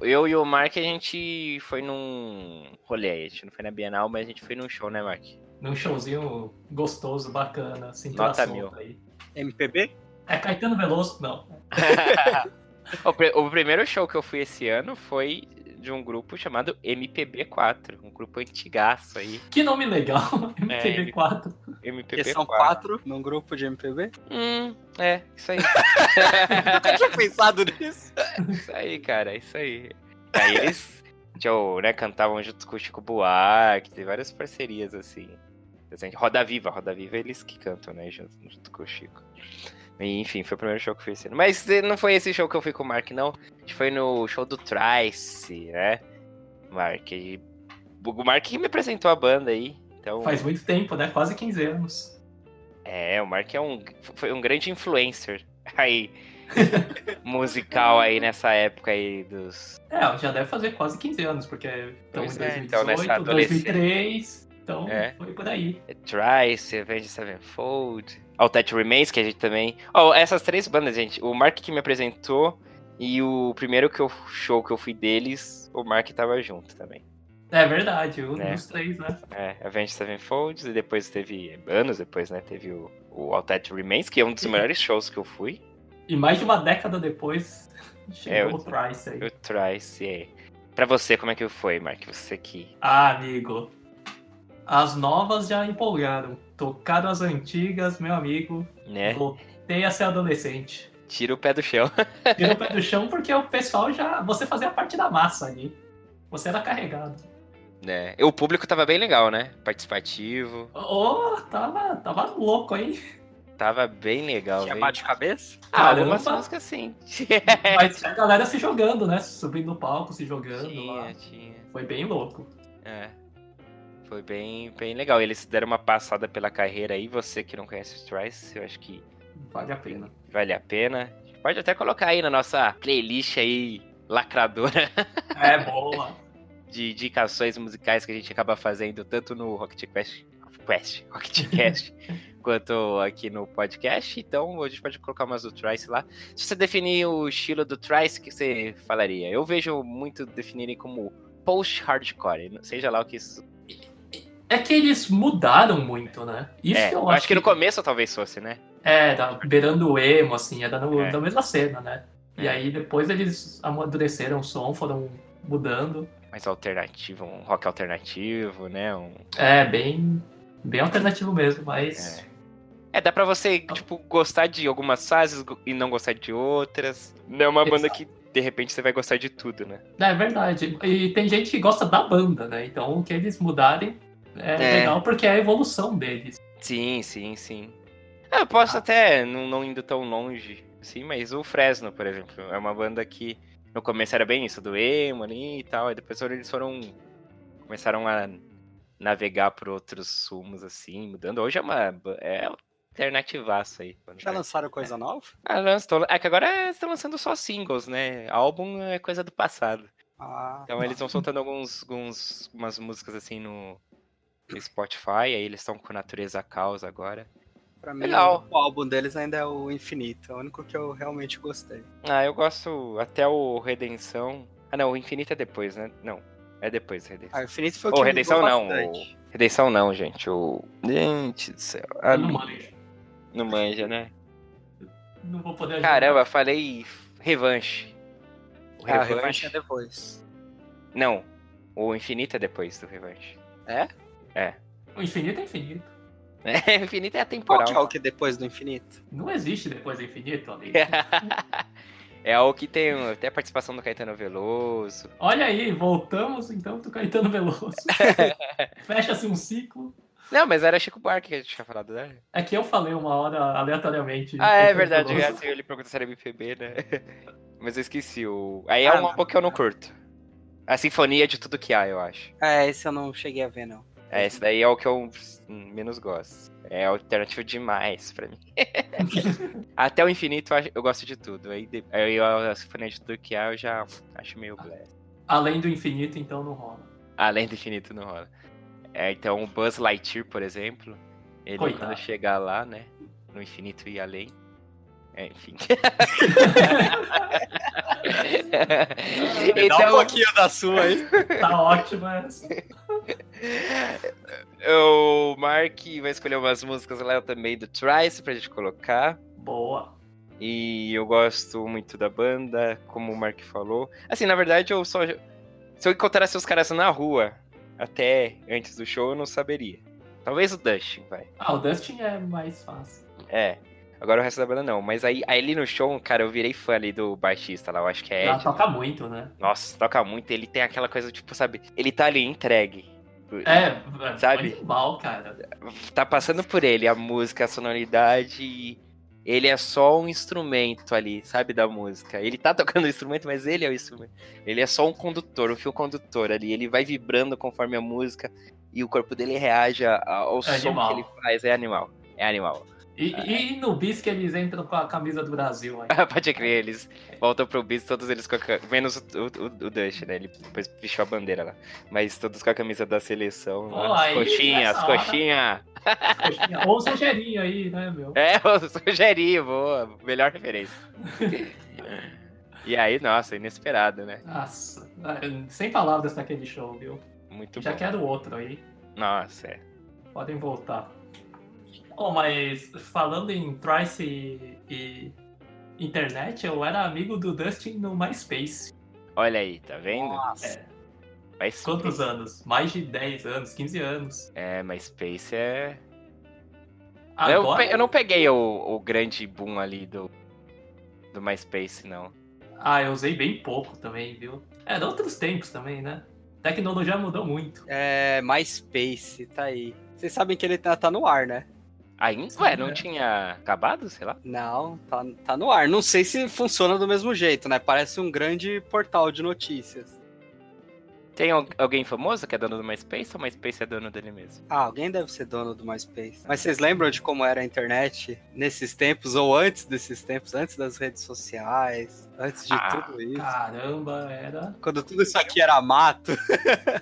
A: Eu e o Mark, a gente foi num rolê aí. A gente não foi na Bienal, mas a gente foi num show, né, Mark?
C: Num showzinho gostoso, bacana, cintura
A: Nota
C: solta
A: mil.
C: aí.
B: MPB?
C: É Caetano Veloso? Não.
A: o, pri- o primeiro show que eu fui esse ano foi de um grupo chamado MPB4. Um grupo antigaço aí.
C: Que nome legal.
A: É,
C: MPB4.
B: Porque
A: MPB4.
B: são quatro num grupo de MPB?
A: Hum, é, isso aí.
B: Nunca tinha pensado nisso.
A: Isso aí, cara, é isso aí. E aí eles tipo, né, cantavam junto com o Chico Buarque, tem várias parcerias assim. Interessante. Roda Viva, Roda Viva eles que cantam, né, junto, junto com o Chico. E, enfim, foi o primeiro show que eu fui esse ano. Mas eh, não foi esse show que eu fui com o Mark, não. A gente foi no show do Trice, né, Mark. E o Mark que me apresentou a banda aí. Então,
C: Faz muito tempo, né? Quase 15 anos.
A: é, o Mark é um, foi um grande influencer aí, musical aí nessa época aí dos
C: É, já deve fazer quase 15 anos, porque
A: Pois
C: estamos em
A: é,
C: 2018,
A: então, nessa adolescência.
C: 2003, então
A: É.
C: foi por aí.
A: Trice, Avenged Sevenfold, All That Remains, que a gente também... Ó, essas três bandas, gente, o Mark que me apresentou e o primeiro que eu, show que eu fui deles, o Mark tava junto também.
C: É verdade, um
A: É.
C: dos três, né?
A: É, Avenged Sevenfold, e depois teve, anos depois, né, teve o, o All That Remains, que é um dos melhores shows que eu fui.
C: E mais de uma década depois, chegou
A: eu-
C: o Trice aí.
A: E o Trice, é... Pra você, como é que foi, Mark? Você que...
C: Ah, amigo. As novas já empolgaram. Tocaram as antigas, meu amigo.
A: Né?
C: Voltei a ser adolescente.
A: Tira o pé do chão.
C: Tirou o pé do chão porque o pessoal já. Você fazia parte da massa ali. Você era carregado.
A: Né? E O público tava bem legal, né? Participativo.
C: Oh, tava, tava louco, hein?
A: Tava bem legal,
B: Tinha
A: hein?
B: bate de cabeça?
A: Ah, algumas
C: Caramba.
A: músicas sim.
C: Mas a galera se jogando, né? Subindo no palco, se jogando lá.
A: Tinha, tinha.
C: Foi bem louco.
A: É. Foi bem, bem legal. Eles deram uma passada pela carreira aí. Você que não conhece o Trice, eu acho que
C: Vale a pena.
A: vale a pena. Pode até colocar aí na nossa playlist aí, lacradora,
C: É boa.
A: de indicações musicais que a gente acaba fazendo tanto no Rocket Quest, Quest Rocket Quest quanto aqui no podcast. Então a gente pode colocar umas do Trice lá. Se você definir o estilo do Trice, o que você falaria? Eu vejo muito definirem como post-hardcore, seja lá o que isso
C: É que eles mudaram muito, né? Isso
A: É,
C: que eu
A: eu
C: acho,
A: acho que no começo talvez fosse, né?
C: É, da, beirando o emo, assim, era no,
A: É.
C: da mesma cena, né? E
A: É.
C: aí depois eles amadureceram o som, foram mudando.
A: Mais alternativo, um rock alternativo, né? Um-
C: É, bem, bem alternativo mesmo, mas.
A: É, dá pra você, tipo, gostar de algumas fases go- e não gostar de outras. Não é uma banda
C: Exato.
A: que, de repente, você vai gostar de tudo, né?
C: É verdade. E tem gente que gosta da banda, né? Então o que eles mudarem é,
A: É.
C: legal porque é a evolução deles.
A: Sim, sim, sim. Ah, Eu posso até não, não indo tão longe, assim, mas o Fresno, por exemplo, é uma banda que no começo era bem isso, do emo ali e tal, e depois foram- eles foram. começaram a navegar por outros sumos, assim, mudando. Hoje é uma. ba- É alternativaça aí. É,
B: Já lançaram coisa nova?
A: Ah, lança- tô- É que agora estão lançando só singles, né? Álbum é coisa do passado.
B: Ah,
A: Então eles vão soltando alguns, alguns umas músicas assim no no Spotify, aí eles estão com natureza causa agora.
B: pra mim
A: Então, legal.
B: o álbum deles ainda é o Infinito, é o único que eu realmente gostei.
A: Ah, eu gosto até o Redenção. Ah, não, o Infinito é depois, né? Não, é depois Redenção.
B: Ah, o Infinito foi o
A: Ô,
B: que me
A: Redenção
B: ligou
A: não,
B: bastante.
A: Redenção não, gente. O Gente do céu. Ah,
C: Eu não
A: não,
C: manjo.
A: não manja, né?
C: Não vou poder ajudar.
A: Caramba, falei revanche. O
B: Ah, o
A: revanche?
B: Revanche é depois.
A: Não. O Infinito é depois do revanche.
C: O infinito é infinito.
A: É, o Infinito é
B: Qual que é
A: atemporal.
B: o que é depois do Infinito?
C: Não existe depois do infinito, ali.
A: é o que tem até a participação do Caetano Veloso.
C: Olha aí, voltamos então do Caetano Veloso. Fecha-se um ciclo.
A: Não, mas era Chico Buarque que a gente tinha falado, né?
C: É que eu falei uma hora aleatoriamente.
A: Ah, é
C: Caetano
A: verdade,
C: Veloso.
A: assim, ele perguntou se era MPB, né? Mas eu esqueci o. Aí é
B: Ah,
A: um álbum que eu não curto. A sinfonia é de tudo que há, eu acho.
B: É, esse eu não cheguei a ver, não.
A: É, esse daí é o que eu hum, menos gosto. É alternativo demais pra mim. Até o infinito eu acho- eu gosto de tudo. Aí, de- aí a a sinfonia é de tudo que há eu já acho meio blé.
C: Além do infinito, então não rola.
A: Além do infinito não rola. É, então o Buzz Lightyear, por exemplo, ele
C: Coitado.
A: quando chegar lá, né, no infinito e além, é, enfim.
B: Me Dá um
A: então,
B: pouquinho da sua aí.
C: Tá ótimo essa.
A: o Mark vai escolher umas músicas lá também do Trice pra gente colocar.
C: Boa.
A: E eu gosto muito da banda, como o Mark falou. Assim, na verdade, eu só. Se eu encontrasse os caras na rua, até antes do show, eu não saberia. Talvez o Dustin, vai.
C: Ah, o Dustin é mais fácil.
A: É. Agora o resto da banda não. Mas aí, aí ali no show, cara, eu virei fã ali do baixista lá, eu acho que é
C: Ela
A: Ed.
C: toca muito, né?
A: Nossa, toca muito. Ele tem aquela coisa, tipo, sabe? Ele tá ali entregue.
C: É, é
A: Sabe?
C: animal, cara.
A: Tá passando por ele a música, a sonoridade. E ele é só um instrumento ali, sabe? Da música. Ele tá tocando o instrumento, mas ele é o instrumento. Ele é só um condutor, um fio condutor ali. Ele vai vibrando conforme a música. E o corpo dele reage a- ao som
C: É animal.
A: que ele faz. É animal. É animal.
C: E,
A: É.
C: e no bis que eles entram com a camisa do Brasil aí.
A: Pode crer, eles voltam pro bis, todos eles com a ca- Menos o, o, o Dush, né? Ele depois pichou a bandeira lá. Mas todos com a camisa da seleção.
C: Pô,
A: lá. As
C: aí,
A: coxinhas,
C: nessa
A: as
C: hora-
A: coxinhas.
C: Coxinha. Ou o sujeirinho aí, né, meu?
A: É, o sugerinho, boa. Melhor referência. e aí, nossa, inesperado, né?
C: Nossa, é, sem palavras naquele show, viu?
A: Muito
C: Já
A: bom.
C: quero outro aí.
A: Nossa, é.
C: Podem voltar. Oh, mas falando em Trice e, e internet, eu era amigo do Dustin no MySpace.
A: Olha aí, tá vendo?
B: Nossa.
C: É,
A: Mas
C: quantos anos? Mais de 10 anos, 15 anos.
A: É, mas Space é. Eu,
C: Agora,
A: pe- É, eu não peguei o, o grande boom ali do, do MySpace, não.
C: Ah, eu usei bem pouco também, viu? É, de outros tempos também, né? Tecnologia mudou muito.
B: É, MySpace, tá aí. Vocês sabem que ele tá, tá no ar, né?
A: Ainda?
C: Sim,
A: Ué, não
C: né?
A: tinha acabado, sei lá?
B: Não, tá, tá no ar. Não sei se funciona do mesmo jeito, né? Parece um grande portal de notícias.
A: Tem al- alguém famoso que é dono do MySpace ou o MySpace é dono dele mesmo?
B: Ah, alguém deve ser dono do MySpace. Mas vocês lembram de como era a internet nesses tempos, ou antes desses tempos, antes das redes sociais, antes de
A: Ah,
B: tudo isso?
C: Caramba, era.
B: Quando tudo isso aqui era mato.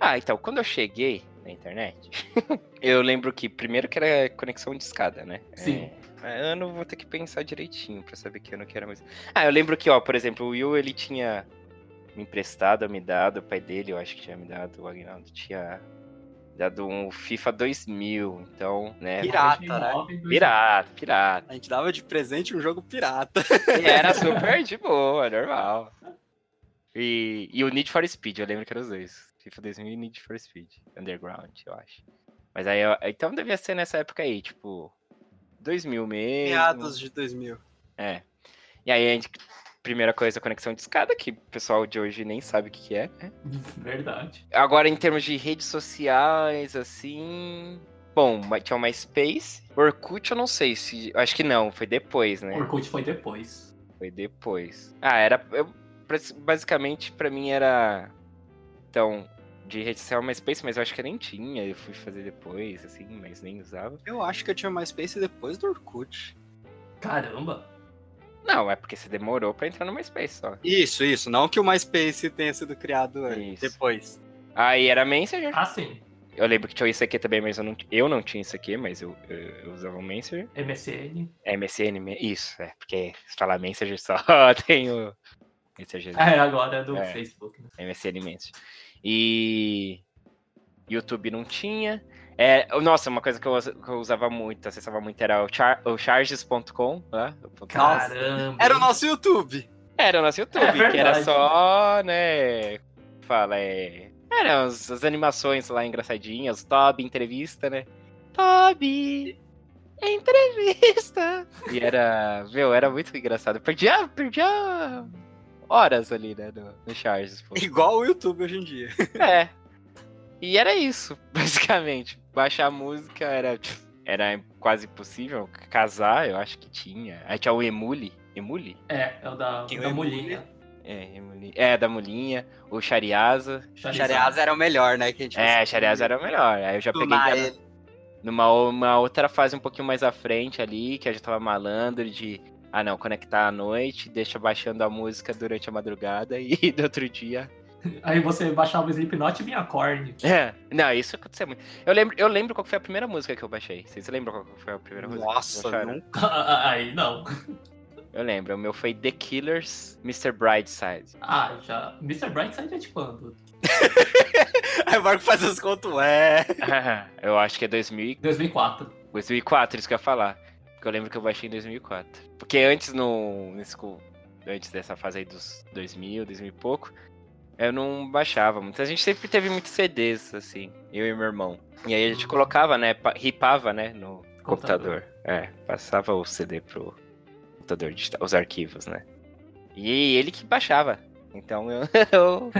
A: Ah, então, quando eu cheguei na internet, eu lembro que primeiro que era conexão de escada, né?
C: Sim.
A: É, ano vou ter que pensar direitinho pra saber que ano que era mais. Ah, eu lembro que, ó, por exemplo, o Will ele tinha me emprestado, me dado, o pai dele eu acho que tinha me dado, o Agnaldo tinha dado um FIFA 2000, então, né?
B: Irado. Pirata, né?
C: 99, dois-
A: Pirata, pirata.
B: A gente dava de presente um jogo pirata.
A: E era super de boa, normal. E, e o Need for Speed, eu lembro que eram os dois. FIFA 2000 e Need for Speed. Underground, eu acho. Mas aí, eu- então devia ser nessa época aí, tipo, 2000 mesmo.
B: Meados de 2000.
A: É. E aí, a gente- primeira coisa, conexão de escada, que o pessoal de hoje nem sabe o que, que é. né?
C: Verdade.
A: Agora, em termos de redes sociais, assim... Bom, mas tinha o MySpace. Orkut eu não sei se. Acho que não, foi depois, né?
C: O Orkut foi depois.
A: Foi depois. Ah, era. eu- basicamente, pra mim era. Então, de rede social MySpace, mas eu acho que eu nem tinha. Eu fui fazer depois, assim, mas nem usava.
B: Eu acho que eu tinha MySpace depois do Orkut.
C: Caramba!
A: Não, é porque você demorou pra entrar no MySpace só.
B: Isso, isso. Não que o MySpace tenha sido criado antes,
A: Isso.
B: depois.
A: Aí era Messenger.
C: Ah, sim.
A: Eu lembro que tinha isso aqui também, mas eu não, eu não tinha isso aqui, mas eu, eu, eu usava o Messenger.
C: MSN.
A: É MSN, me- isso, é, porque se falar Messenger só tem o Messenger.
C: É, agora é do
A: É.
C: Facebook. Né?
A: MSN Messenger. E YouTube não tinha. É, oh, nossa, uma coisa que eu, us- que eu usava muito, acessava muito era o, char, o charges.com, lá. o ponto-
B: Nossa.
C: Caramba!
A: Uhum.
B: Era o nosso YouTube.
A: né? Era o nosso YouTube,
C: É
A: que era
C: verdade.
A: só, né, fala, é... Eram as, as animações lá engraçadinhas, Toby entrevista, né? Toby entrevista! E era, meu, era muito engraçado. Perdia, perdia horas ali, né, no, no charges.com.
B: Igual o YouTube hoje em dia.
A: É. E era isso, basicamente. Baixar música era, era quase impossível. Casar, eu acho que tinha. Aí tinha o Emule. Emule?
C: É, é o da,
B: Quem
C: da
B: é
C: mulhinha.
A: É, Emule. É, da Mulinha. O Shariaza.
B: Xareaz era o melhor, né? Que a gente
A: É, Shariaza era o melhor. Aí eu já peguei
B: Tunar
A: já
B: ele.
A: numa uma outra fase um pouquinho mais à frente ali, que eu já tava malandro de. Ah não, conectar à noite, deixa baixando a música durante a madrugada e do outro dia
C: Aí você baixava o Slipknot e vinha Korn.
A: É, não, isso aconteceu muito. Eu lembro, eu lembro qual foi a primeira música que eu baixei. Vocês lembram qual foi a primeira música? que
B: Nossa,
A: eu baixaram?
B: nunca.
C: Aí não.
A: Eu lembro, o meu foi The Killers, Mr. Brightside.
C: Ah, já. Mr. Brightside é de quando?
B: Aí o Marco faz as contas, ué.
A: eu acho que é 2000, e-
C: 2004.
A: 2004, isso que eu ia falar. Porque eu lembro que eu baixei em 2004. Porque antes, no, nesse co- antes dessa fase aí dos 2000, 2000 e pouco, eu não baixava muito. A gente sempre teve muitos CDs, assim, eu e meu irmão. E aí a gente colocava, né, pa- ripava, né, no, computador. É, passava o CD pro computador digital, os arquivos, né? E ele que baixava. Então eu, eu-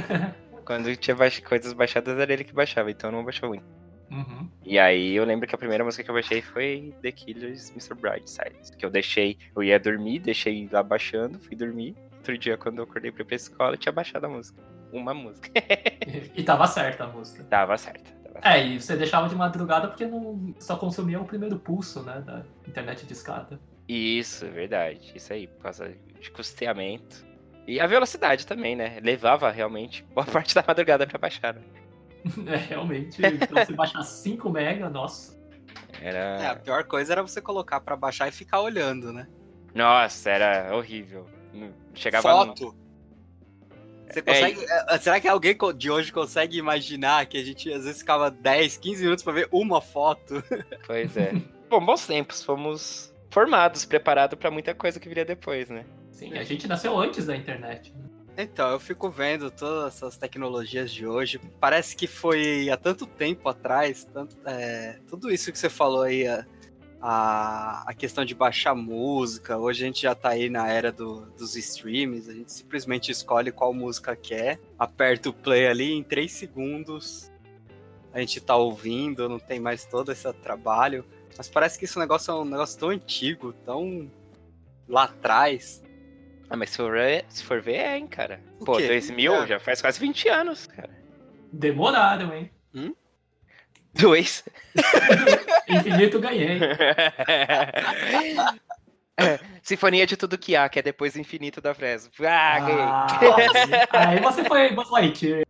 A: quando eu tinha baix- coisas baixadas era ele que baixava, então eu não baixava muito.
C: Uhum.
A: E aí eu lembro que a primeira música que eu baixei foi The Killers Mr. Brightside, que eu deixei, eu ia dormir, deixei lá baixando, fui dormir. Outro dia quando eu acordei pra ir pra escola, eu tinha baixado a música. Uma música.
C: E, e tava certa a música.
A: Dava certo. Dava certo.
C: É, e você deixava de madrugada porque não só consumia o primeiro pulso, né? Da internet de escada.
A: Isso, é verdade. Isso aí, por causa de custeamento. E a velocidade também, né? Levava realmente boa parte da madrugada pra baixar. né?
C: É, realmente, pra você baixar 5 mega, nossa.
B: É, a
A: Era.
B: pior coisa era você colocar pra baixar e ficar olhando, né?
A: Nossa, era horrível. Não- Chegava.
B: Foto. Você consegue. é, Será que alguém co- de hoje consegue imaginar que a gente às vezes ficava 10, 15 minutos pra ver uma foto?
A: Pois é. Bom, bons tempos. Fomos formados, preparados pra muita coisa que viria depois, né?
C: Sim, a gente nasceu antes da internet. né?
B: Então, eu fico vendo todas essas tecnologias de hoje. Parece que foi há tanto tempo atrás, tanto, é, tudo isso que você falou aí, a, a, a questão de baixar música. Hoje a gente já tá aí na era do- dos streams, a gente simplesmente escolhe qual música quer, aperta o play ali em 3 segundos. A gente tá ouvindo, não tem mais todo esse trabalho. Mas parece que esse negócio é um negócio tão antigo, tão lá atrás.
A: Ah, mas se for ver, se for ver é, hein, cara.
B: O
A: Pô,
B: quê?
A: 2000
B: É.
A: já faz quase 20 anos, cara.
C: Demoraram, hein?
A: Dois.
C: Infinito ganhei.
A: É. Sinfonia de Tudo Que Há, que é depois do Infinito da Fresno. Ah, ganhei.
C: Ah, aí você foi Buzz Lightyear.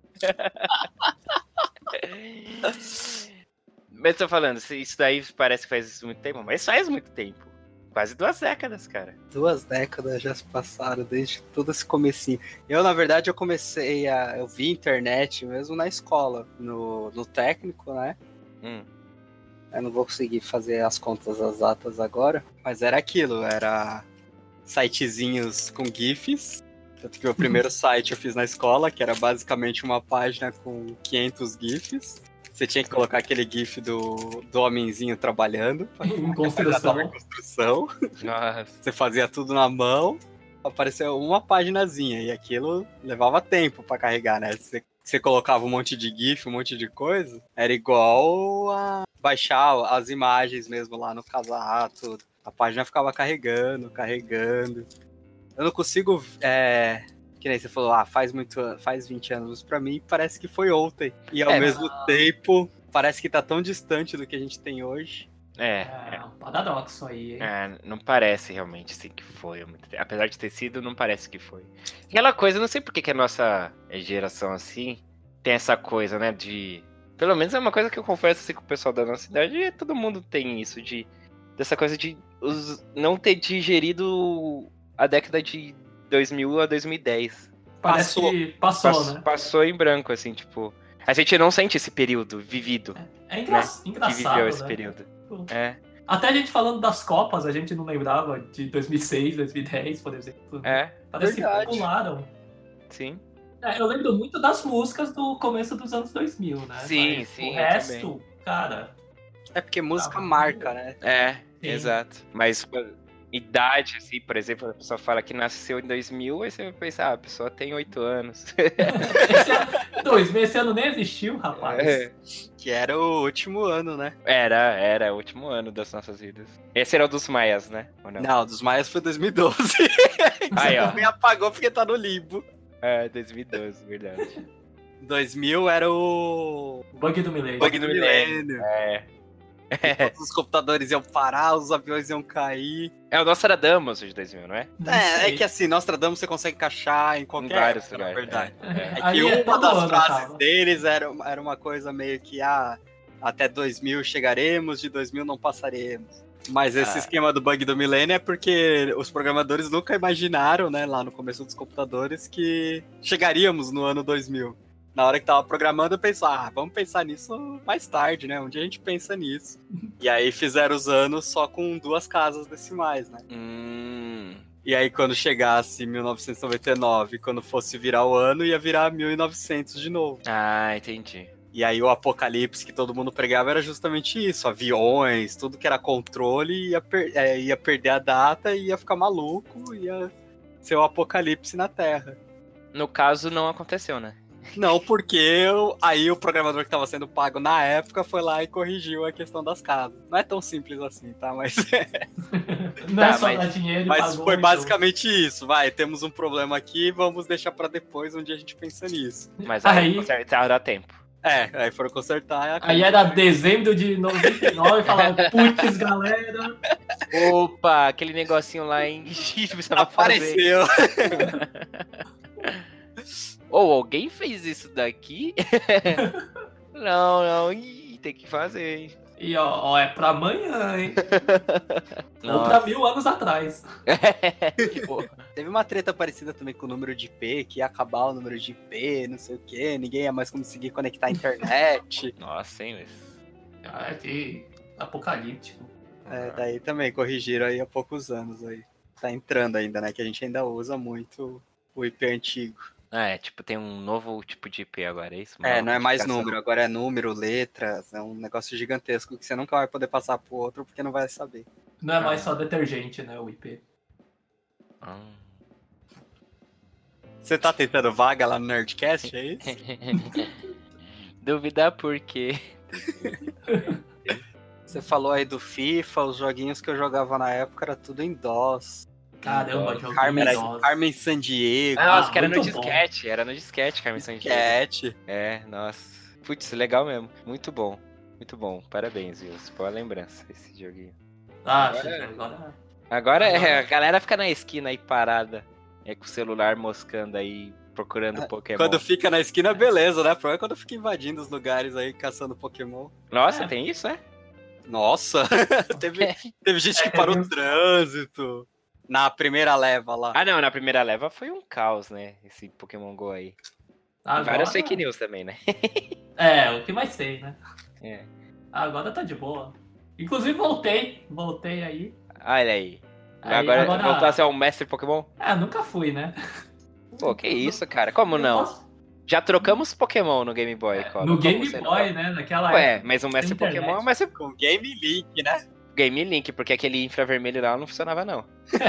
A: Mas tô falando, se- isso daí parece que faz muito tempo, mas faz muito tempo. Quase duas décadas, cara.
B: duas décadas já se passaram desde todo esse comecinho. Eu, na verdade, eu comecei a. Eu vi internet mesmo na escola, no, no técnico, né?
A: Hum.
B: Eu não vou conseguir fazer as contas das datas agora. Mas era aquilo, era sitezinhos com GIFs. Tanto que o primeiro site eu fiz na escola, que era basicamente uma página com 500 GIFs. Você tinha que colocar aquele GIF do, do homenzinho trabalhando.
C: Em
B: Já tava em
C: construção.
B: construção.
A: Nossa.
B: Você fazia tudo na mão, apareceu uma paginazinha e aquilo levava tempo pra carregar, né? Você você colocava um monte de GIF, um monte de coisa, era igual a baixar as imagens mesmo lá no casar, tudo. A página ficava carregando, carregando. Eu não consigo. É, que nem você falou, ah, faz muito. faz 20 anos. Pra mim parece que foi ontem. E ao
A: É,
B: mesmo tempo, parece que tá tão distante do que a gente tem hoje.
A: É,
C: É, um paradoxo aí, hein?
A: é, não parece realmente assim que foi. há muito tempo. Apesar de ter sido, não parece que foi. Aquela coisa, eu não sei por que que a nossa geração assim tem essa coisa, né? De. Pelo menos é uma coisa que eu confesso assim, com o pessoal da nossa idade, e todo mundo tem isso, de. Dessa coisa de os- não ter digerido a década de 2000 a 2010.
C: Parece
B: passou.
C: que passou,
A: Pass-
C: né?
A: Passou em branco, assim, tipo. A gente não sente esse período vivido
C: É engra-
A: Né, que viveu
C: engraçado,
A: esse
C: né?
A: período.
C: Pô.
A: É,
C: Até a gente falando das Copas, a gente não lembrava de 2006, 2010, por exemplo.
A: é,
C: Parece
B: verdade.
C: que pularam.
A: sim.
C: É, eu lembro muito das músicas do começo dos anos 2000, né?
A: Sim,
C: Mas
A: sim,
C: O
A: eu
C: resto, cara,
B: É porque música
C: Ah,
B: marca, né?
A: É,
C: Sim.
A: exato. Mas pô, idade, assim, por exemplo, a pessoa fala que nasceu em 2000, aí você vai pensar, ah, a pessoa tem 8 anos.
C: esse ano, 2000, esse ano nem existiu, rapaz.
A: É.
B: Que era o último ano, né?
A: era, era o último ano das nossas vidas. Esse era o dos maias, né? Ou não?
B: Não, dos Maias foi 2012.
A: Aí, ó.
B: Também apagou porque tá no limbo.
A: É, 2012, verdade.
B: 2000 era o
C: O bug do milênio.
A: Bug do milênio. É.
B: Todos os computadores iam parar, os aviões iam cair.
A: É o Nostradamus de 2000, não é?
C: Não
B: É, é
C: sei.
B: que assim, Nostradamus você consegue encaixar em qualquer
A: Em vários
B: época, na
A: lugares,
B: verdade.
A: É.
B: É
C: Ali
B: que
C: é
B: uma
C: todo
B: das
C: ano,
B: frases
C: tava.
B: deles era, uma- era uma coisa meio que, ah, até 2000 chegaremos, de 2000 não passaremos. Mas
A: Ah.
B: esse esquema do bug do milênio é porque os programadores nunca imaginaram, né, lá no começo dos computadores, que chegaríamos no ano 2000. Na hora que tava programando, eu pensava, ah, vamos pensar nisso mais tarde, né? Um dia a gente pensa nisso. e aí fizeram os anos só com duas casas decimais, né?
A: Hum.
B: E aí, quando chegasse 1999, quando fosse virar o ano, ia virar 1900 de novo.
A: Ah, entendi.
B: E aí, o apocalipse que todo mundo pregava era justamente isso: aviões, tudo que era controle, ia, per- é, ia perder a data, ia ficar maluco, ia ser o apocalipse na Terra.
A: No caso, não aconteceu, né?
B: Não, porque eu- aí o programador que estava sendo pago na época foi lá e corrigiu a questão das casas. Não é tão simples assim, tá? Mas.
C: Não é
A: Tá,
C: só
A: mas-
C: dar dinheiro e
B: Mas
C: pagou,
B: foi
C: então.
B: basicamente isso. Vai, temos um problema aqui, vamos deixar pra depois, um dia a gente pensa nisso.
A: Mas aí,
C: Aí-
A: aí... dá tempo.
B: É, aí foram consertar.
C: Aí era dezembro de 99 e falaram, putz, galera.
A: Opa, aquele negocinho lá em Egito
B: Tá
A: precisava fazer.
B: apareceu.
A: Ou alguém fez isso daqui? não, não, ih, tem que fazer, hein?
C: E ó, ó, é pra amanhã, hein? Ou
A: Nossa,
C: pra mil anos atrás.
A: que porra.
B: Teve uma treta parecida também com o número de IP, que ia acabar o número de IP, não sei o quê, ninguém ia mais conseguir conectar a internet.
A: Nossa, hein, Luiz?
C: Ah, é que apocalíptico.
B: É, daí também corrigiram aí há poucos anos aí. Tá entrando ainda, né? Que a gente ainda usa muito o IP antigo.
A: Ah, é, tipo, tem um novo tipo de IP agora, é isso? Uma
B: tá. É,
A: nova
B: não é mais
A: classificação.
B: número, agora é número, letras, é um negócio gigantesco que você nunca vai poder passar pro outro porque não vai saber.
C: Não é mais
A: Ah.
C: só detergente, né, o IP.
A: Ah.
B: Você tá tentando vaga lá no Nerdcast, é isso?
A: Duvidar por quê?
B: Você falou aí do FIFA, os joguinhos que eu jogava na época era tudo em DOS.
C: Caramba,
A: Nossa.
C: joguinho
B: Carmen,
C: É
A: né?
C: nossa.
B: Carmen San Diego,
A: Ah, os caras no
C: muito bom.
A: disquete, era no disquete, Carmen Sandiego.
B: Cat.
A: É, nossa. Putz, legal mesmo. Muito bom. Muito bom. Parabéns, Wilson. Boa lembrança esse joguinho.
C: Ah,
A: é.
C: agora... agora...
A: Agora é,
C: Agora-
A: a galera fica na esquina aí parada, é com o celular moscando aí, procurando Pokémon.
B: Quando fica na esquina, beleza, né? O problema é quando fica invadindo os lugares aí, caçando Pokémon.
A: Nossa,
C: É.
A: tem isso, é?
B: Nossa! teve, teve gente que
C: É,
B: parou no
C: viu?
B: trânsito. Na primeira leva lá.
A: Ah, não, na primeira leva foi um caos, né? Esse Pokémon Go aí. E Vários fake news também, né?
C: É, o que mais tem, né?
A: É.
C: Agora tá de boa. Inclusive voltei, voltei aí.
A: Olha aí.
C: Aí,
A: agora
C: agora-
A: voltou a ser um mestre Pokémon?
C: Ah, nunca fui, né?
A: Pô, que isso, cara? Como não?
C: posso- É,
A: Já trocamos Pokémon no Game Boy, Cola.
C: No
A: Como
C: Game
A: você não? tá?
C: Boy, né? Naquela
A: Ué,
C: época.
A: mas um mestre
C: Internet.
A: Pokémon é um mestre
B: Com Game Leak, né?
A: Game Link, porque aquele infravermelho lá não funcionava, não.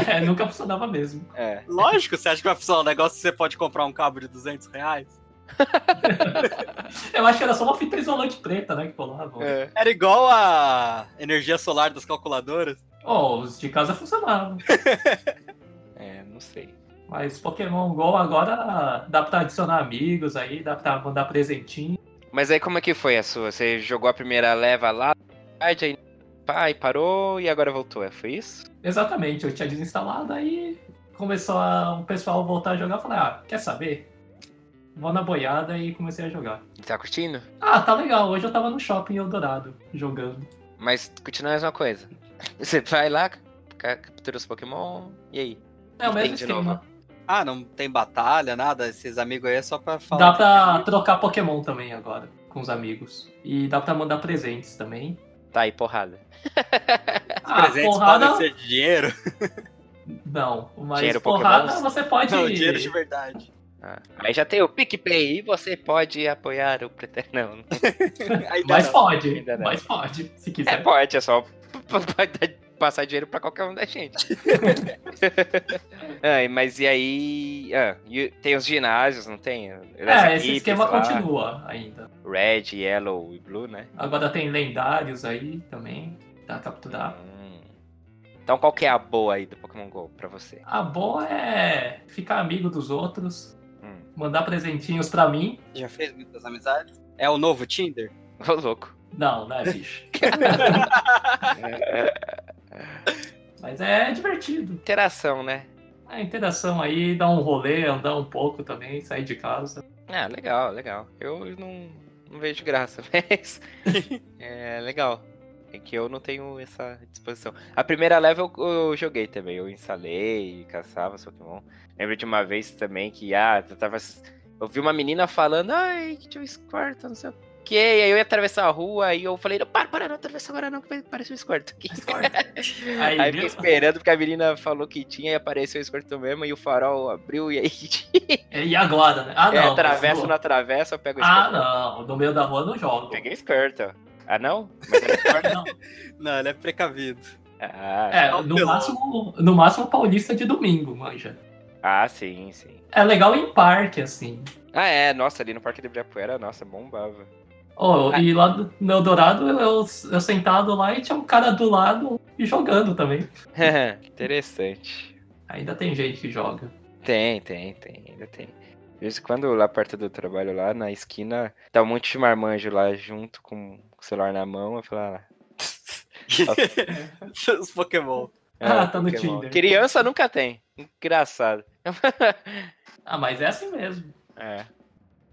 C: É, nunca funcionava mesmo.
A: É.
B: Lógico, você acha que vai funcionar um negócio que você pode comprar um cabo de 200 reais?
C: Eu acho que era só uma fita isolante preta, né? Que colava.
A: É.
B: Era igual a energia solar das calculadoras.
C: Oh, os de casa funcionavam.
A: É, não sei.
C: Mas Pokémon GO agora dá pra adicionar amigos aí, dá pra mandar presentinho.
A: Mas aí como é que foi a sua? Você jogou a primeira leva lá, aí pai parou e agora voltou, é, foi isso?
C: Exatamente, eu tinha desinstalado, aí começou a- o pessoal voltar a jogar. Eu falei, ah, quer saber? Vou na boiada e comecei a jogar.
A: Tá curtindo?
C: Ah, tá legal, hoje eu tava no shopping em Eldorado, jogando.
A: Mas continua a mesma coisa. Você vai lá, ca- captura os Pokémon, e aí?
C: É o mesmo
A: Entendi,
C: esquema.
B: Ah, não tem batalha, nada. Esses amigos aí é só pra falar.
C: Dá pra trocar Pokémon também agora, com os amigos. E dá pra mandar presentes também. Ah,
A: Tá aí, porrada.
B: Os presentes podem ser de dinheiro.
C: Não, mas
A: Dinheiro
C: porrada
A: Pokémon?
C: você pode.
B: Não, dinheiro de verdade.
A: Ah, aí já tem o PicPay e você pode apoiar o Preter. Não, não.
B: Ainda
C: Mas
B: não.
C: pode,
A: Ainda não.
C: mas pode, se
A: É,
C: quiser.
A: pode, é só p- p- passar dinheiro pra qualquer um da gente. ah, mas e aí. Ah, e tem os ginásios, não tem? As
C: É, esse
A: equipes
C: esquema
A: lá,
C: continua ainda.
A: Red, Yellow e Blue, né?
C: Agora tem lendários aí também, dá pra capturar.
A: Hum. Então qual que é a boa aí do Pokémon GO pra você?
C: A boa é ficar amigo dos outros,
A: Hum.
C: mandar presentinhos pra mim.
B: Já fez muitas amizades? É o novo Tinder?
A: Ô, louco.
C: Não, né, bicho? Mas é divertido.
A: Interação, né?
C: A interação aí, dar um rolê, andar um pouco também, sair de casa.
A: Ah, legal, legal. Eu não, não vejo graça, mas é legal. É que eu não tenho essa disposição. A primeira leva eu, eu joguei também. Eu instalei, caçava os Pokémon. Lembro de uma vez também que, ah, eu tava. Eu vi uma menina falando, ai, que tinha um Squirtle, não sei o quê. E aí eu ia atravessar a rua e eu falei, não, para, para, não atravessa agora não, que vai- parece um Squirtle. aqui."
C: É
A: Aí,
C: Aí,
A: eu fiquei
C: viu?
A: esperando porque a menina falou que tinha e apareceu o Squirtle mesmo e o farol abriu e aí
C: E agora, né? Ah,
A: é,
C: não.
A: atravessa ou
C: no-
A: não atravessa, eu pego o
C: Ah,
A: Squirtle.
C: não. No meio da rua eu não jogo.
A: Peguei o Squirtle. Ah, não? Mas ele é Squirtle?
C: Não.
B: Não, ele é precavido.
A: ah,
C: É, no máximo, no máximo paulista de domingo, manja.
A: ah, sim, sim.
C: É legal em parque, assim.
A: Ah, é, nossa, ali no Parque de Ibirapuera, nossa, bombava.
C: Oh,
A: Ah.
C: E lá do- no Eldorado, eu, eu sentado lá e tinha um cara do lado e jogando também.
A: Interessante.
C: Ainda tem gente que joga.
A: Tem, tem, tem, ainda tem. De vez em quando, lá perto do trabalho, lá na esquina, tá um monte de marmanjo lá junto com o celular na mão. Eu falo, ah,
B: Os Pokémon.
C: Ah, tá no
A: é, Pokémon.
C: Tinder.
A: Criança nunca tem. Engraçado.
C: Ah, mas é assim mesmo.
A: É.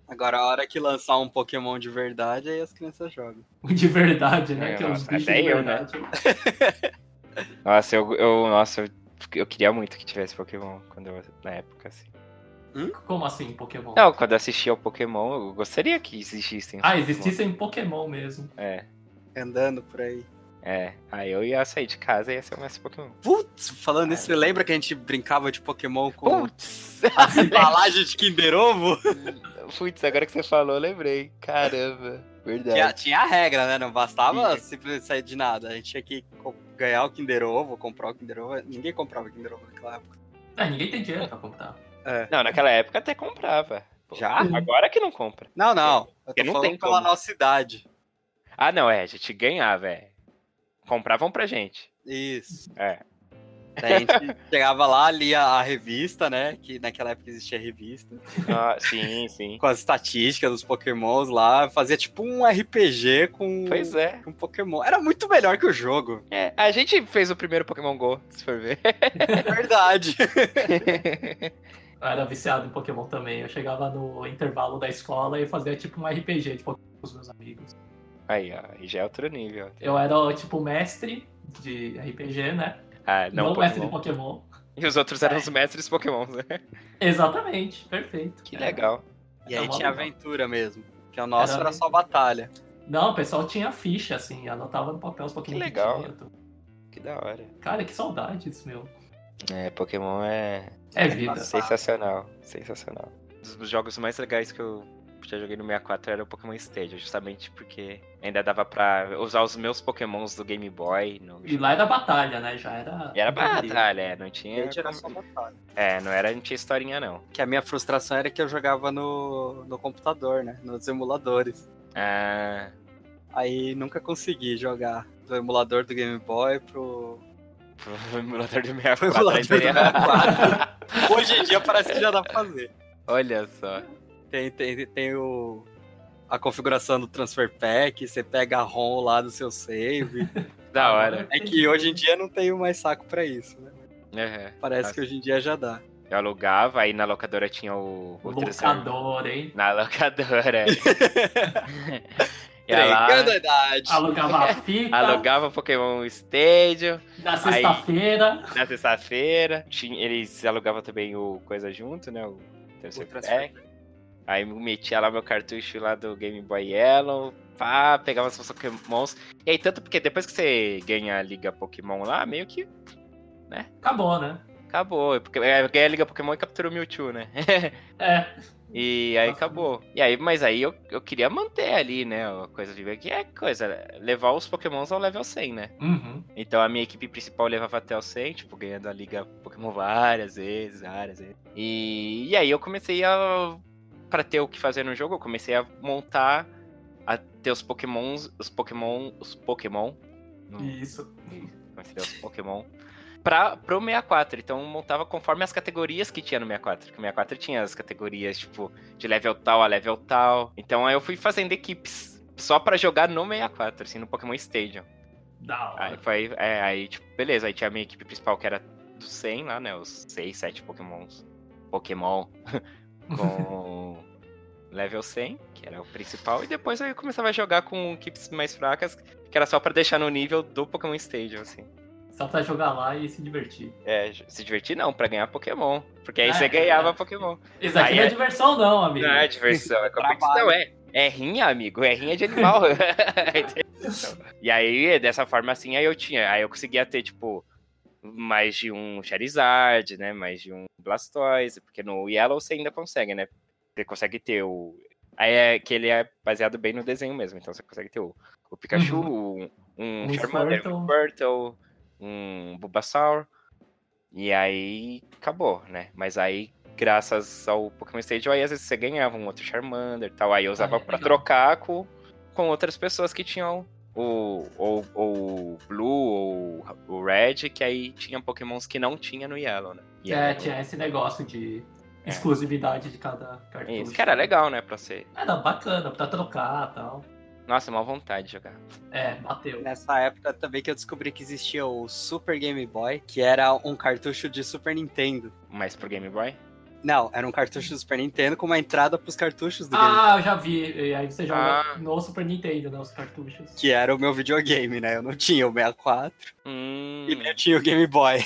B: Agora, a hora que lançar um Pokémon de verdade, aí as crianças jogam.
C: De verdade, né?
A: É,
C: que é uns
A: nossa,
C: bichos
A: até
C: de
A: eu, né?
C: verdade.
A: Nossa, eu, eu, nossa, eu, eu queria muito que tivesse Pokémon quando eu, na época, assim.
C: Como assim, Pokémon?
A: Não, quando eu assistia ao Pokémon, eu gostaria que existissem. os
C: Ah,
A: Pokémon.
C: existissem Pokémon mesmo.
A: É,
B: Andando por aí.
A: é. Aí eu ia sair de casa e ia ser o mestre Pokémon.
B: Putz, falando isso, você lembra que a gente brincava de Pokémon com
A: Putz!
B: as embalagens de Kinder Ovo?
A: Putz, agora que você falou, eu lembrei. Caramba,
B: Tinha,
A: verdade.
B: tinha a regra, né? Não bastava
A: Tinha.
B: simplesmente sair de nada. A gente tinha que co- ganhar o Kinder Ovo, comprar o Kinder Ovo. Ninguém comprava o Kinder Ovo naquela época.
C: Ah, ninguém tem dinheiro pra comprar.
A: Não, naquela época até comprava. Pô,
B: Já?
A: Agora que não compra.
B: Não, não.
A: É.
B: Eu
A: Porque
B: tô
A: não
B: falando
A: tem
B: pela
A: como.
B: nossa idade.
A: Ah, não, é, a gente ganhava, é. Compravam pra gente.
B: Isso.
A: É.
B: Daí a gente chegava lá, lia a revista, né? Que naquela época existia revista.
A: Ah, sim, sim.
B: Com as estatísticas dos pokémons lá. Fazia tipo um RPG com...
A: Pois é.
B: com pokémon. Era muito melhor que o jogo.
A: É, A gente fez o primeiro Pokémon GO, se for ver.
B: É verdade.
C: Eu era viciado em Pokémon também. Eu chegava no intervalo da escola e fazia tipo um RPG de Pokémon com os meus amigos.
A: Aí, ó, aí já é outro nível.
C: Eu era tipo mestre de RPG, né?
A: Ah, não,
C: Não, mestre de
A: Pokémon.
C: Pokémon.
A: E os outros eram os mestres Pokémon, né?
C: Exatamente, perfeito.
A: Que
C: É.
A: legal.
B: E aí
C: Era mó
B: tinha
C: legal.
B: aventura mesmo. Que o nosso
C: Era
B: era só batalha.
C: É. Não, o pessoal tinha ficha, assim, anotava no papel os Pokémon
A: Que legal.
C: tinha, tudo.
A: Que da hora.
C: Cara, que saudade isso, meu.
A: É, Pokémon é
C: É vida.
B: Nossa.
A: sensacional, sensacional. Um dos jogos mais legais que eu já joguei no 64 era o Pokémon Stadium, justamente porque ainda dava pra usar os meus Pokémons do Game Boy. No...
C: E lá era batalha, né? Já era.
A: E era batalha, é, não tinha.
B: Rede era só batalha.
A: É, não era, não tinha historinha, não.
B: Que a minha frustração era que eu jogava no, no computador, né? Nos emuladores.
A: Ah,
B: Aí nunca consegui jogar do emulador do Game Boy pro,
A: pro emulador do
B: pro
A: 64.
B: emulador do
A: ainda ia-
B: 64. Hoje em dia parece que já dá pra fazer.
A: Olha só.
B: Tem, tem, tem o, a configuração do Transfer Pack, você pega a ROM lá do seu save.
A: Da hora.
B: É que hoje em dia não tenho mais saco pra isso, né?
A: Uhum.
B: Parece
A: Nossa.
B: que hoje em dia já dá.
A: Eu alugava, aí na locadora tinha o. o transfer-
C: Locador, hein?
A: Na locadora. Ia lá,
B: Entregando a idade.
C: Alugava a fita
A: alugava Pokémon Stadium
C: na sexta-feira.
A: na sexta-feira. Tinha- Eles alugavam também o coisa junto, né? O
B: O
A: Transfer
B: transfer
A: Pack. Aí eu metia lá meu cartucho lá do Game Boy Yellow, pá, pegava seus Pokémons. E aí, tanto porque depois que você ganha a Liga Pokémon lá, meio que
C: Acabou, né?
A: acabou. Porque é, ganha a Liga Pokémon e capturou o Mewtwo, né?
C: É.
A: E aí
C: Nossa.
A: acabou. E aí, mas aí eu, eu queria manter ali, né? A coisa de que é coisa, levar os pokémons ao level 100, né?
C: Uhum.
A: Então a minha equipe principal levava até o 100, tipo, ganhando a liga Pokémon várias vezes, várias vezes. E, e aí eu comecei a. Pra ter o que fazer no jogo, eu comecei a montar, a ter os pokémons, os pokémon, os pokémon. Não-
C: Isso.
A: comecei a ter os pokémon. Pra, pro 64, então eu montava conforme as categorias que tinha no 64. Porque o 64 tinha as categorias, tipo, de level tal a level tal. Então aí eu fui fazendo equipes só pra jogar no 64, assim, no Pokémon Stadium.
C: Da hora.
A: Aí foi, é, aí, tipo, beleza, aí tinha a minha equipe principal que era do 100 lá, né, os 6, 7 pokémons, pokémon com level 100, que era o principal, e depois aí eu começava a jogar com equipes mais fracas, que era só pra deixar no nível do Pokémon Stadium, assim.
C: Só pra jogar lá e se divertir.
A: É, se divertir não, pra ganhar Pokémon, porque aí
C: Ah,
A: você
C: é
A: ganhava
C: verdade.
A: Pokémon.
C: Isso aqui
A: Aí
C: não é
A: é-
C: diversão, não, amigo.
A: Não é diversão, é
B: Trabalho.
A: competição, é. É rinha, amigo, é rinha de animal. E aí, dessa forma assim, aí eu tinha. Aí eu conseguia ter, tipo, mais de um Charizard, né? Mais de um Blastoise. Porque no Yellow você ainda consegue, né? Você consegue ter o. Aí é que ele é baseado bem no desenho mesmo. Então você consegue ter o, o Pikachu, um, um
C: Um
A: Charmander, um
C: Squirtle.
A: Squirtle, um Bulbasaur. E aí acabou, né? Mas aí, graças ao Pokémon Stadium, aí às vezes você ganhava um outro Charmander e tal. Aí eu usava
C: é
A: pra
C: legal.
A: trocar com, com outras pessoas que tinham o, ou, ou Blue ou o Red, que aí tinha Pokémons que não tinha no Yellow, né? E
C: É,
A: aí,
C: tinha esse negócio de
A: É.
C: exclusividade de cada cartucho.
A: Isso, cara, legal, né? Pra ser.
C: Era bacana, pra trocar e tal.
A: Nossa, mal vontade de jogar.
C: É, bateu.
B: Nessa época também que eu descobri que existia o Super Game Boy, que era um cartucho de Super Nintendo.
A: Mas pro Game Boy?
B: Não, era um cartucho do Super Nintendo com uma entrada pros cartuchos do Game Boy.
C: Ah, eu já vi. E aí você joga
A: Ah.
C: no Super Nintendo, né? Os cartuchos.
B: Que era o meu videogame, né? Eu não tinha o 64
A: Hum.
B: e né, nem eu tinha o Game Boy.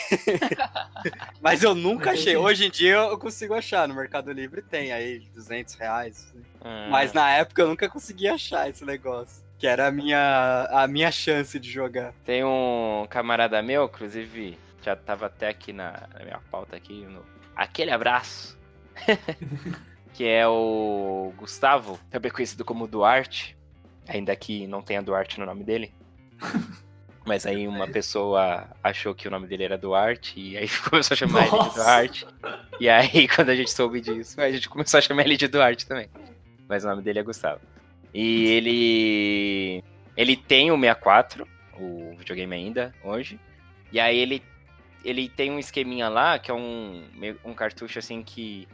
B: Mas eu nunca
C: Entendi.
B: achei. Hoje em dia eu consigo achar. No Mercado Livre tem aí 200 reais. né?
A: hum.
B: Mas na época eu nunca consegui achar esse negócio. Que era a minha, a minha chance de jogar.
A: Tem um camarada meu, inclusive, já tava até aqui na, na minha pauta aqui, no... aquele abraço, que é o Gustavo, também conhecido como Duarte, ainda que não tenha Duarte no nome dele. Mas aí uma pessoa achou que o nome dele era Duarte, e aí começou a chamar ele de
C: Nossa.
A: Duarte. E aí, quando a gente soube disso, a gente começou a chamar ele de Duarte também. Mas o nome dele é Gustavo. E ele. Ele tem o 64, o videogame ainda, hoje. E aí ele, ele tem um esqueminha lá, que é um, meio- um cartucho assim que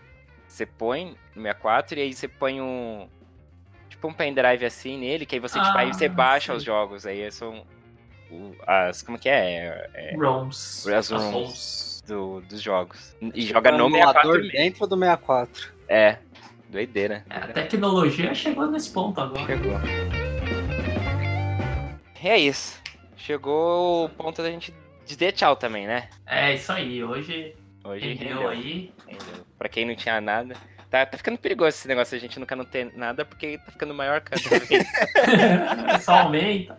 A: você põe no 64 e aí você põe um. Tipo um pendrive assim nele, que aí você, tipo, aí
C: Ah,
A: você baixa
C: sei.
A: os jogos. Aí são. o- As, como que é? É,
C: ROMs.
A: As
C: As
A: ROMs.
C: ROMs.
A: do- dos jogos. E joga
B: Era
A: no
B: um emulador
A: 64.
B: dentro do 64.
A: É. Doideira.
C: É, a tecnologia chegou nesse ponto agora.
A: Chegou. E é isso. Chegou o ponto da gente de ter tchau também, né?
C: É isso aí. Hoje
A: Hoje
C: rendeu aí.
A: Entendeu? Pra quem não tinha nada. Tá, tá ficando perigoso esse negócio, a gente nunca não ter nada, porque tá ficando maior cada vez.
C: Só aumenta.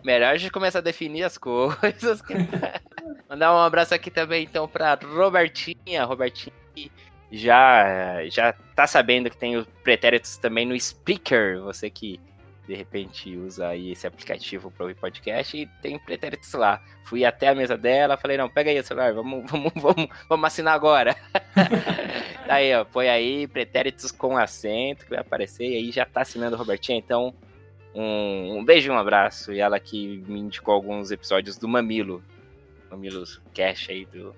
A: Melhor a gente começar a definir as coisas. Mandar um abraço aqui também, então, pra Robertinha. Robertinha que já já tá sabendo que tem os pretéritos também no Speaker, você que de repente usa aí esse aplicativo para ouvir podcast e tem pretéritos lá. Fui até a mesa dela, falei, não, pega aí o celular, vamos, vamos, vamos, vamos assinar agora. tá aí, ó, põe aí pretéritos com acento que vai aparecer e aí já tá assinando o Robertinho, então um, um beijo e um abraço. E ela que me indicou alguns episódios do Mamilo, Mamilos Cash aí do,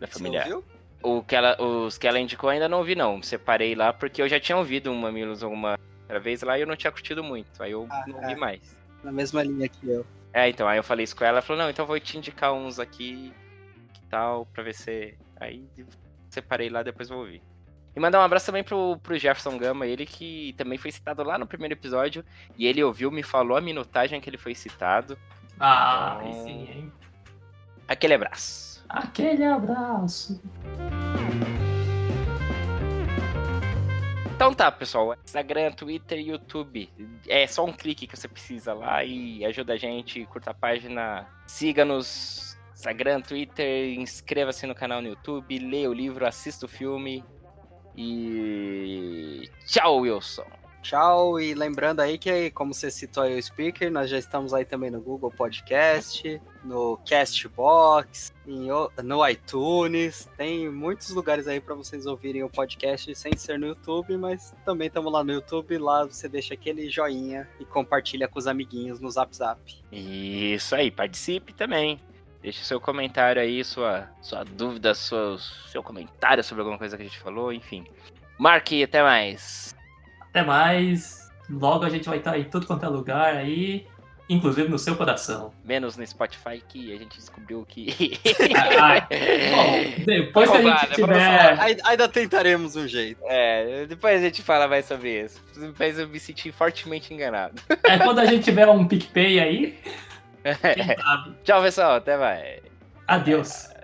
A: da família.
B: Você ouviu?
A: O que ela, os que ela indicou ainda não ouvi, não. Separei lá porque eu já tinha ouvido um Mamilos alguma outra vez lá e eu não tinha curtido muito. Aí eu
B: Ah,
A: não
B: é.
A: ouvi mais.
B: Na mesma linha que eu.
A: É, então, aí eu falei isso com ela, ela falou, não, então eu vou te indicar uns aqui, que tal, pra ver se. Aí separei lá, depois vou ouvir. E mandar um abraço também pro, pro Jefferson Gama, ele que também foi citado lá no primeiro episódio, e ele ouviu, me falou a minutagem que ele foi citado.
C: Ah,
A: Então-
C: aí sim, hein?
A: Aquele abraço.
C: Aquele abraço.
A: Então tá, pessoal. Instagram, Twitter, YouTube. É só um clique que você precisa lá e ajuda a gente. Curta a página, siga-nos. Instagram, Twitter, inscreva-se no canal no YouTube, leia o livro, assista o filme. E. Tchau, Wilson.
B: Tchau, e lembrando aí que, como você citou aí o Speaker, nós já estamos aí também no Google Podcast, no Castbox, em o- no iTunes, tem muitos lugares aí para vocês ouvirem o podcast sem ser no YouTube, mas também estamos lá no YouTube, lá você deixa aquele joinha e compartilha com os amiguinhos no Zap Zap.
A: Isso aí, participe também. Deixe seu comentário aí, sua, sua dúvida, seu, seu comentário sobre alguma coisa que a gente falou, enfim. Marque, até mais.
C: Até mais. Logo a gente vai estar em tudo quanto é lugar aí, inclusive no seu coração.
A: Menos no Spotify que a gente descobriu que.
C: Ah, ah, bom, depois que a gente
A: Roubada, vamos
C: tiver.
B: Ai- Ainda tentaremos um jeito.
A: É, depois a gente fala mais sobre isso. Mas eu me senti fortemente enganado.
C: É quando a gente tiver um PicPay aí, quem sabe.
A: Tchau, pessoal. Até mais.
C: Adeus.